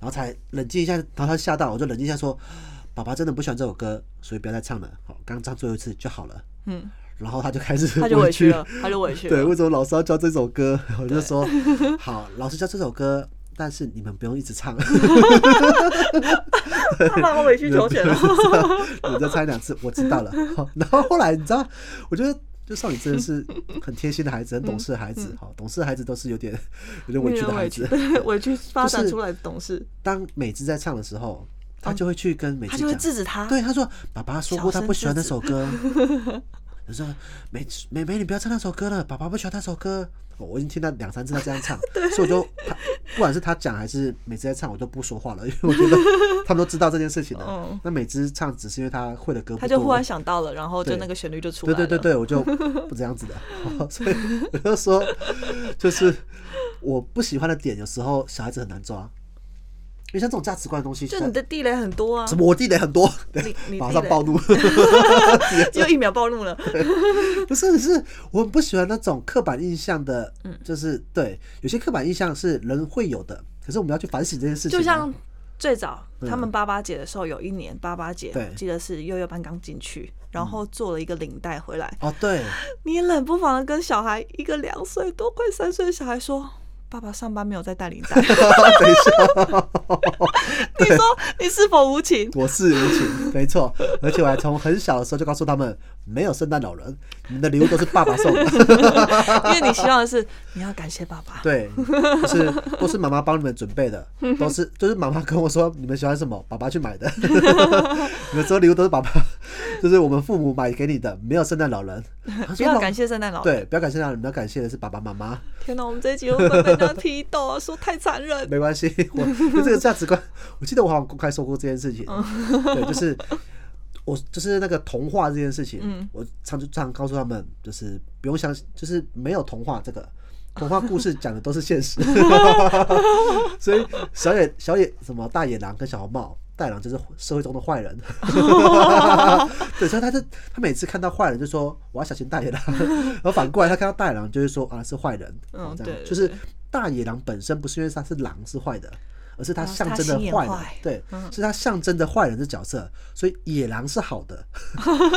Speaker 2: 然后才冷静一下，然后他吓到，我就冷静一下说，爸爸真的不喜欢这首歌，所以不要再唱了，好，刚唱最后一次就好了。
Speaker 3: 嗯，
Speaker 2: 然后他就开始
Speaker 3: 他就
Speaker 2: 委
Speaker 3: 委屈了，他就委屈
Speaker 2: 对，
Speaker 3: 了。
Speaker 2: 为什么老师要教这首歌？我就说 好，老师教这首歌，但是你们不用一直 唱，
Speaker 3: 他妈妈委曲求全了。
Speaker 2: 你再唱一两次，我知道了。好然后后来你知道，我觉得。就少女真的是很贴心的孩子，很懂事的孩子。好，懂事的孩子都是有点有点委屈的孩子。
Speaker 3: 对嗯委屈 发
Speaker 2: 就
Speaker 3: 展
Speaker 2: 是
Speaker 3: 出来的懂事，
Speaker 2: 当美智在唱的时候，他就会去跟美
Speaker 3: 哦他
Speaker 2: 智
Speaker 3: 就
Speaker 2: 讲
Speaker 3: 会，制止他。
Speaker 2: 对，他说：“爸爸说过他不喜欢那首 歌。”我说：“妹妹妹，你不要唱那首歌了，爸爸不喜欢那首歌。哦”我已经听到两三次他这样 唱，所以我就他不管是他讲还是美姿在唱，我就不说话了，因为我觉得他们都知道这件事情 了。
Speaker 3: 嗯
Speaker 2: 那美姿唱只是因为她会的歌不
Speaker 3: 他
Speaker 2: 多，
Speaker 3: 就忽然想到了，然后就
Speaker 2: 对
Speaker 3: 那个旋律就出来
Speaker 2: 对
Speaker 3: 了。
Speaker 2: 对对对，我就不这样 子的，所以我就说，就是我不喜欢的点，有时候小孩子很难抓，因为像这种价值观的东西，
Speaker 3: 就你的地雷很多啊
Speaker 2: 什，么我地雷很多，对
Speaker 3: 你
Speaker 2: 马
Speaker 3: 地
Speaker 2: 上
Speaker 3: 雷
Speaker 2: 暴怒。
Speaker 3: 就一秒暴怒了。
Speaker 2: 不是，是我很不喜欢那种刻板印象的，
Speaker 3: 嗯
Speaker 2: 就是对，有些刻板印象是人会有的，可是我们要去反省这件事情啊。
Speaker 3: 就像最早他们八八节的时候，有一年八八节，
Speaker 2: 对
Speaker 3: 我记得是幼幼班刚进去，然后做了一个领带回来，
Speaker 2: 哦，对，
Speaker 3: 你也冷不防的跟小孩一个两岁多快三岁的小孩说。爸爸上班没有在带领带，
Speaker 2: 等一下，
Speaker 3: 你说你是否无情？
Speaker 2: 我是无情，没错，而且我还从很小的时候就告诉他们，没有圣诞老人，你们的礼物都是爸爸送的，
Speaker 3: 因为你希望的是你要感谢爸爸，
Speaker 2: 对，就是都是妈妈帮你们准备的，都是 就是妈妈跟我说你们喜欢什么，爸爸去买的，你们所有礼物都是爸爸， 就是我们父母买给你的，没有圣诞老 人，他
Speaker 3: 不
Speaker 2: 说
Speaker 3: 要
Speaker 2: 那
Speaker 3: 感谢圣诞老人。
Speaker 2: 对，不要感谢他人，你们要感谢的是爸爸妈妈。
Speaker 3: 天哪，我们这一集会不会被人家批斗啊？说太残忍。
Speaker 2: 没关系，我就这个价值观，我记得我好像公开说过这件事情，
Speaker 3: 哦
Speaker 2: 对，就是我就是那个童话这件事情，
Speaker 3: 嗯
Speaker 2: 我常就常告诉他们，就是不用相信，就是没有童话这个。童话故事讲的都是现实，所以小野小野什么大野狼跟小红帽，大野狼就是社会中的坏人， 对，所以他就他每次看到坏人就说我要小心大野狼，然后反过来他看到大野狼就会说啊是坏人，
Speaker 3: 嗯
Speaker 2: 这样
Speaker 3: 对
Speaker 2: 就是大野狼本身不是因为它是狼是坏的，而是它象征的坏
Speaker 3: 哦是它
Speaker 2: 人
Speaker 3: 心眼坏，
Speaker 2: 对，是它象征的坏人的角色，所以野狼是好的，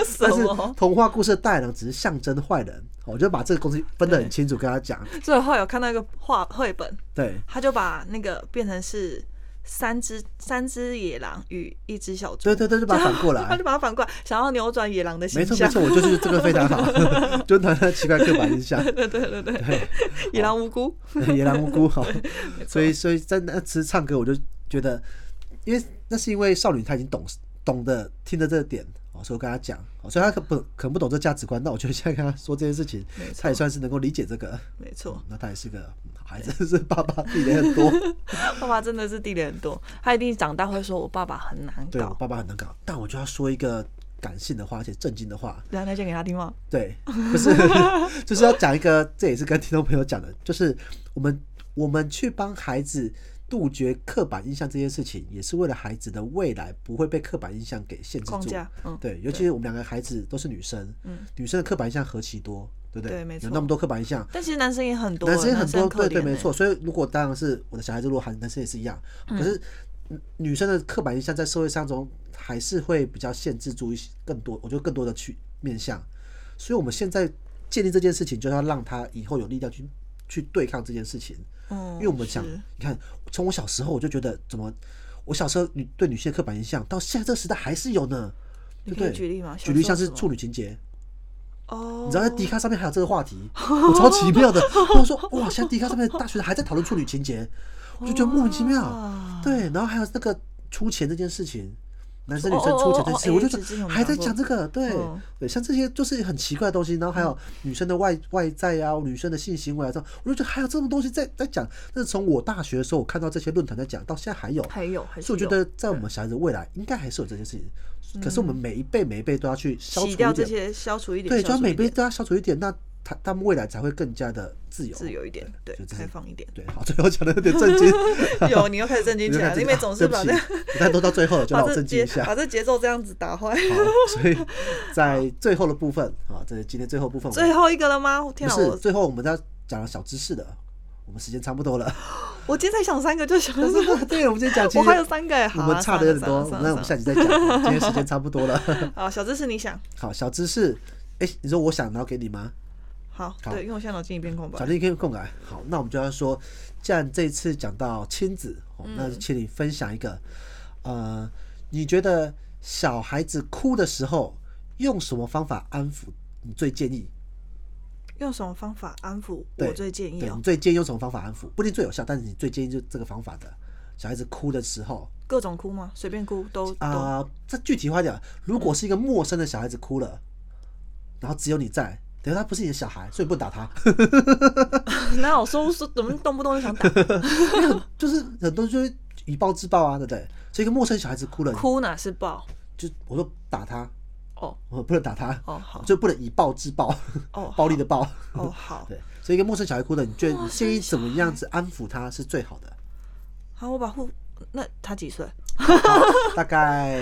Speaker 3: 什
Speaker 2: 但是
Speaker 3: 么？
Speaker 2: 童话故事的大野狼只是象征坏人，哦我就把这个东西分得很清楚跟他讲，
Speaker 3: 最后有看到一个画绘本，
Speaker 2: 对，
Speaker 3: 他就把那个变成是三只三只野狼与一只小猪，
Speaker 2: 对对对，就把它反过
Speaker 3: 他
Speaker 2: 来
Speaker 3: 就。把它反过来，想要扭转野狼的
Speaker 2: 没
Speaker 3: 形
Speaker 2: 错没
Speaker 3: 象。
Speaker 2: 错，我就是这个非常好，就拿那奇怪刻板印象，
Speaker 3: 对对对对 对，野狼无辜。
Speaker 2: 野狼无辜好，所以所以在那次唱歌，我就觉得，因为那是因为少女她已经懂懂得听得这个点，哦，所以我跟她讲，哦，所以她可不可能不懂这价值观，那我就现在跟她说这件事情
Speaker 3: 没，错
Speaker 2: 她也算是能够理解这个。
Speaker 3: 没错，
Speaker 2: 那她也是个嗯好孩子，是爸爸地雷 很多，
Speaker 3: 爸爸真的是地雷很多，他一定长大会说我爸爸很难
Speaker 2: 对我
Speaker 3: 搞。
Speaker 2: 爸爸很难搞，但我就要说一个感性的话，而且震惊的话，
Speaker 3: 然后那件给他听吗？
Speaker 2: 对，不 是，就是要讲一个，这也是跟听众朋友讲的，就是我们我们去帮孩子杜绝刻板印象这件事情，也是为了孩子的未来不会被刻板印象给限制
Speaker 3: 框
Speaker 2: 住
Speaker 3: 架。嗯
Speaker 2: 对，尤其是我们两个孩子都是女生，女生的刻板印象何其多，对不对？
Speaker 3: 对没
Speaker 2: 有
Speaker 3: 错
Speaker 2: 那么多刻板印象。
Speaker 3: 但其实男生也很多，
Speaker 2: 男生也很多，
Speaker 3: 可
Speaker 2: 对对，
Speaker 3: 怜
Speaker 2: 没
Speaker 3: 欸
Speaker 2: 错。。所以如果当然是我的小孩子，如果喊男生也是一样，可是女女生的刻板印象在社会上中还是会比较限制住一些更多，我觉得更多的去面向。所以我们现在建立这件事情，就是要让他以后有力量去去对抗这件事情。
Speaker 3: 嗯
Speaker 2: 因为我们讲，
Speaker 3: 是
Speaker 2: 你看，从我小时候我就觉得怎么。我小时候女对女性的刻板印象，到现在这个时代还是有呢，对
Speaker 3: 你
Speaker 2: 不
Speaker 3: 可以
Speaker 2: 对？
Speaker 3: 举例吗？
Speaker 2: 举例像是
Speaker 3: 小时候
Speaker 2: 处女情节，
Speaker 3: 哦，
Speaker 2: 你知道在迪卡上面还有这个话题，我超奇妙的。我 说哇，现在迪卡上面的大学生还在讨论处女情节，我就觉得莫名其妙。
Speaker 3: 哇
Speaker 2: 对，然后还有那个出钱这件事情，男生女生出钱这件事，
Speaker 3: 哦哦哦哦
Speaker 2: 我就
Speaker 3: 哎之前
Speaker 2: 是
Speaker 3: 有
Speaker 2: 还在
Speaker 3: 讲过
Speaker 2: 讲这个，对
Speaker 3: 嗯
Speaker 2: 对，像这些就是很奇怪的东西，然后还有女生的外外在啊，女生的性行为啊，这种，我就觉得还有这种东西在在讲。那是从我大学的时候，我看到这些论坛在讲，到现在还有，
Speaker 3: 还有还是
Speaker 2: 所以我觉
Speaker 3: 有
Speaker 2: 得在我们小孩子未来应该还是有这件事情，可是我们每一辈每一辈都要去消除
Speaker 3: 洗
Speaker 2: 一
Speaker 3: 掉这
Speaker 2: 点，
Speaker 3: 些，消除一点，
Speaker 2: 对，就
Speaker 3: 消
Speaker 2: 要
Speaker 3: 除
Speaker 2: 每
Speaker 3: 一
Speaker 2: 辈
Speaker 3: 点
Speaker 2: 都要消除一点，那他他们未来才会更加的自由。
Speaker 3: 自由一点，对
Speaker 2: 就，这
Speaker 3: 开
Speaker 2: 是
Speaker 3: 放一点。
Speaker 2: 对，好，最后讲的有点震 惊，
Speaker 3: 有，你又开 始震惊起来了，因为总是把
Speaker 2: 啊
Speaker 3: 这
Speaker 2: 对不 起你看都到最后了，就
Speaker 3: 把
Speaker 2: 让我
Speaker 3: 这
Speaker 2: 震惊
Speaker 3: 节
Speaker 2: 一下。
Speaker 3: 把这节奏这样子打坏。
Speaker 2: 好，所以在最后的部分啊，这是今天最后部分，我们
Speaker 3: 最后一个了吗？天
Speaker 2: 不
Speaker 3: 啊，
Speaker 2: 是
Speaker 3: 我
Speaker 2: 最后我们要讲了小知识的，我们时间差不 多了。
Speaker 3: 我今天才想三个就想到
Speaker 2: 但
Speaker 3: 这个，
Speaker 2: 是对，我们今天讲，其
Speaker 3: 我还有
Speaker 2: 实
Speaker 3: 三个哎，好
Speaker 2: 我
Speaker 3: 啊
Speaker 2: 们差的有点多，
Speaker 3: 算
Speaker 2: 那
Speaker 3: 了
Speaker 2: 我们
Speaker 3: 算
Speaker 2: 下
Speaker 3: 了
Speaker 2: 集再讲。今天时间差不多了，
Speaker 3: 好，小知识你想
Speaker 2: 好，小知识，哎，你说我想然后给你吗？
Speaker 3: 好，
Speaker 2: 好
Speaker 3: 对，因为我现在脑筋一片空白
Speaker 2: 小。丽可以共感。好，那我们就要说，既然这次讲到亲子，哦那就请你分享一个，呃，你觉得小孩子哭的时候用什么方法安抚？你最建议？
Speaker 3: 用什么方法安抚？
Speaker 2: 对
Speaker 3: 我最建议
Speaker 2: 对
Speaker 3: 哦
Speaker 2: 你，最建议用什么方法安抚？不一定最有效，但是你最建议就这个方法的。小孩子哭的时候
Speaker 3: 各种哭吗？随便哭都
Speaker 2: 啊、
Speaker 3: 都。
Speaker 2: 这具体化一点，如果是一个陌生的小孩子哭了，然后只有你在，等于他不是你的小孩，所以不能打他。
Speaker 3: 哪有说说怎么动不动 就想打
Speaker 2: 就是很多人就会以暴制暴啊，对不对？所以一个陌生小孩子哭了，
Speaker 3: 哭哪是爆？
Speaker 2: 就我说打他，
Speaker 3: 哦
Speaker 2: 我不能打他，
Speaker 3: 哦好
Speaker 2: 就不能以暴制暴，
Speaker 3: 哦
Speaker 2: 暴力的暴。
Speaker 3: 哦好，
Speaker 2: 对，所以一个陌生小孩哭了，你觉得你
Speaker 3: 陌生
Speaker 2: 建议怎么样子安抚他是最好的？
Speaker 3: 好我把护那他几岁？
Speaker 2: 大概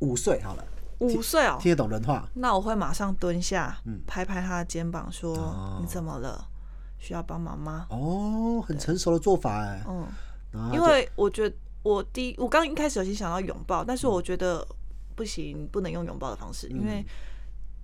Speaker 2: 五岁好了，
Speaker 3: 五岁哦。
Speaker 2: 听得懂人话。
Speaker 3: 那我会马上蹲下，
Speaker 2: 嗯
Speaker 3: 拍拍他的肩膀说：“
Speaker 2: 哦
Speaker 3: 你怎么了？需要帮忙吗
Speaker 2: 哦，很成熟的做法哎？”。
Speaker 3: 嗯，
Speaker 2: 然后他
Speaker 3: 因
Speaker 2: 就
Speaker 3: 为我觉得我第一，我刚一开始有先想到拥抱，但是我觉得不行，不能用拥抱的方式，因为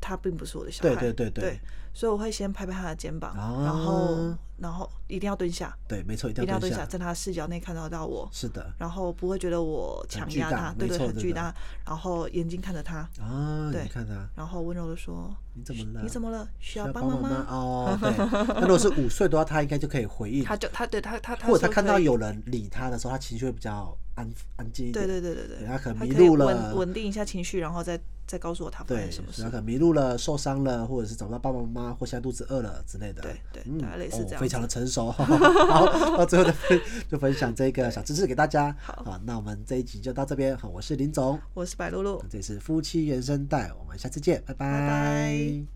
Speaker 3: 他并不是我的小
Speaker 2: 嗯
Speaker 3: 孩。
Speaker 2: 对对对对
Speaker 3: 对所以我会先拍拍他的肩膀，
Speaker 2: 啊
Speaker 3: 然后然后一定要蹲下，
Speaker 2: 对，没错，一
Speaker 3: 一
Speaker 2: 定
Speaker 3: 定
Speaker 2: 要
Speaker 3: 要
Speaker 2: 蹲
Speaker 3: 蹲
Speaker 2: 下
Speaker 3: 下，。在他视角内看得到我。
Speaker 2: 是的
Speaker 3: 然后不会觉得我强压他，
Speaker 2: 很巨大
Speaker 3: 对对，
Speaker 2: 没错
Speaker 3: 很巨
Speaker 2: 真的
Speaker 3: 大。然后眼睛看着他，
Speaker 2: 啊，
Speaker 3: 对
Speaker 2: 你看他，
Speaker 3: 然后温柔的说：“
Speaker 2: 你怎么了？
Speaker 3: 你怎
Speaker 2: 么
Speaker 3: 么了？需
Speaker 2: 需
Speaker 3: 要
Speaker 2: 要
Speaker 3: 帮
Speaker 2: 忙
Speaker 3: 吗？”
Speaker 2: 哦，对。那如果是五岁的话，他应该就可以回应，
Speaker 3: 他就他对他他他
Speaker 2: 或者
Speaker 3: 说
Speaker 2: 他看
Speaker 3: 可
Speaker 2: 到
Speaker 3: 以
Speaker 2: 有人理他的时候，他情绪会比较安安静一点。
Speaker 3: 对对对对对，
Speaker 2: 他可能迷
Speaker 3: 以
Speaker 2: 路了
Speaker 3: 稳稳定一下情绪，然后再再告诉我他发
Speaker 2: 对
Speaker 3: 生，什么事
Speaker 2: 然后。可能迷路了、受伤了，或者是找不到爸爸妈妈，或现在肚子饿了之类的。
Speaker 3: 对对
Speaker 2: 嗯
Speaker 3: 大概类似
Speaker 2: 哦
Speaker 3: 这样
Speaker 2: 非常的成熟。 好，到最后的分就分享这个小知识给大家。
Speaker 3: 好
Speaker 2: 那我们这一集就到这边。好，我是林总，
Speaker 3: 我是白露露。
Speaker 2: 这里是夫妻原声带，我们下次见，拜拜
Speaker 3: 拜拜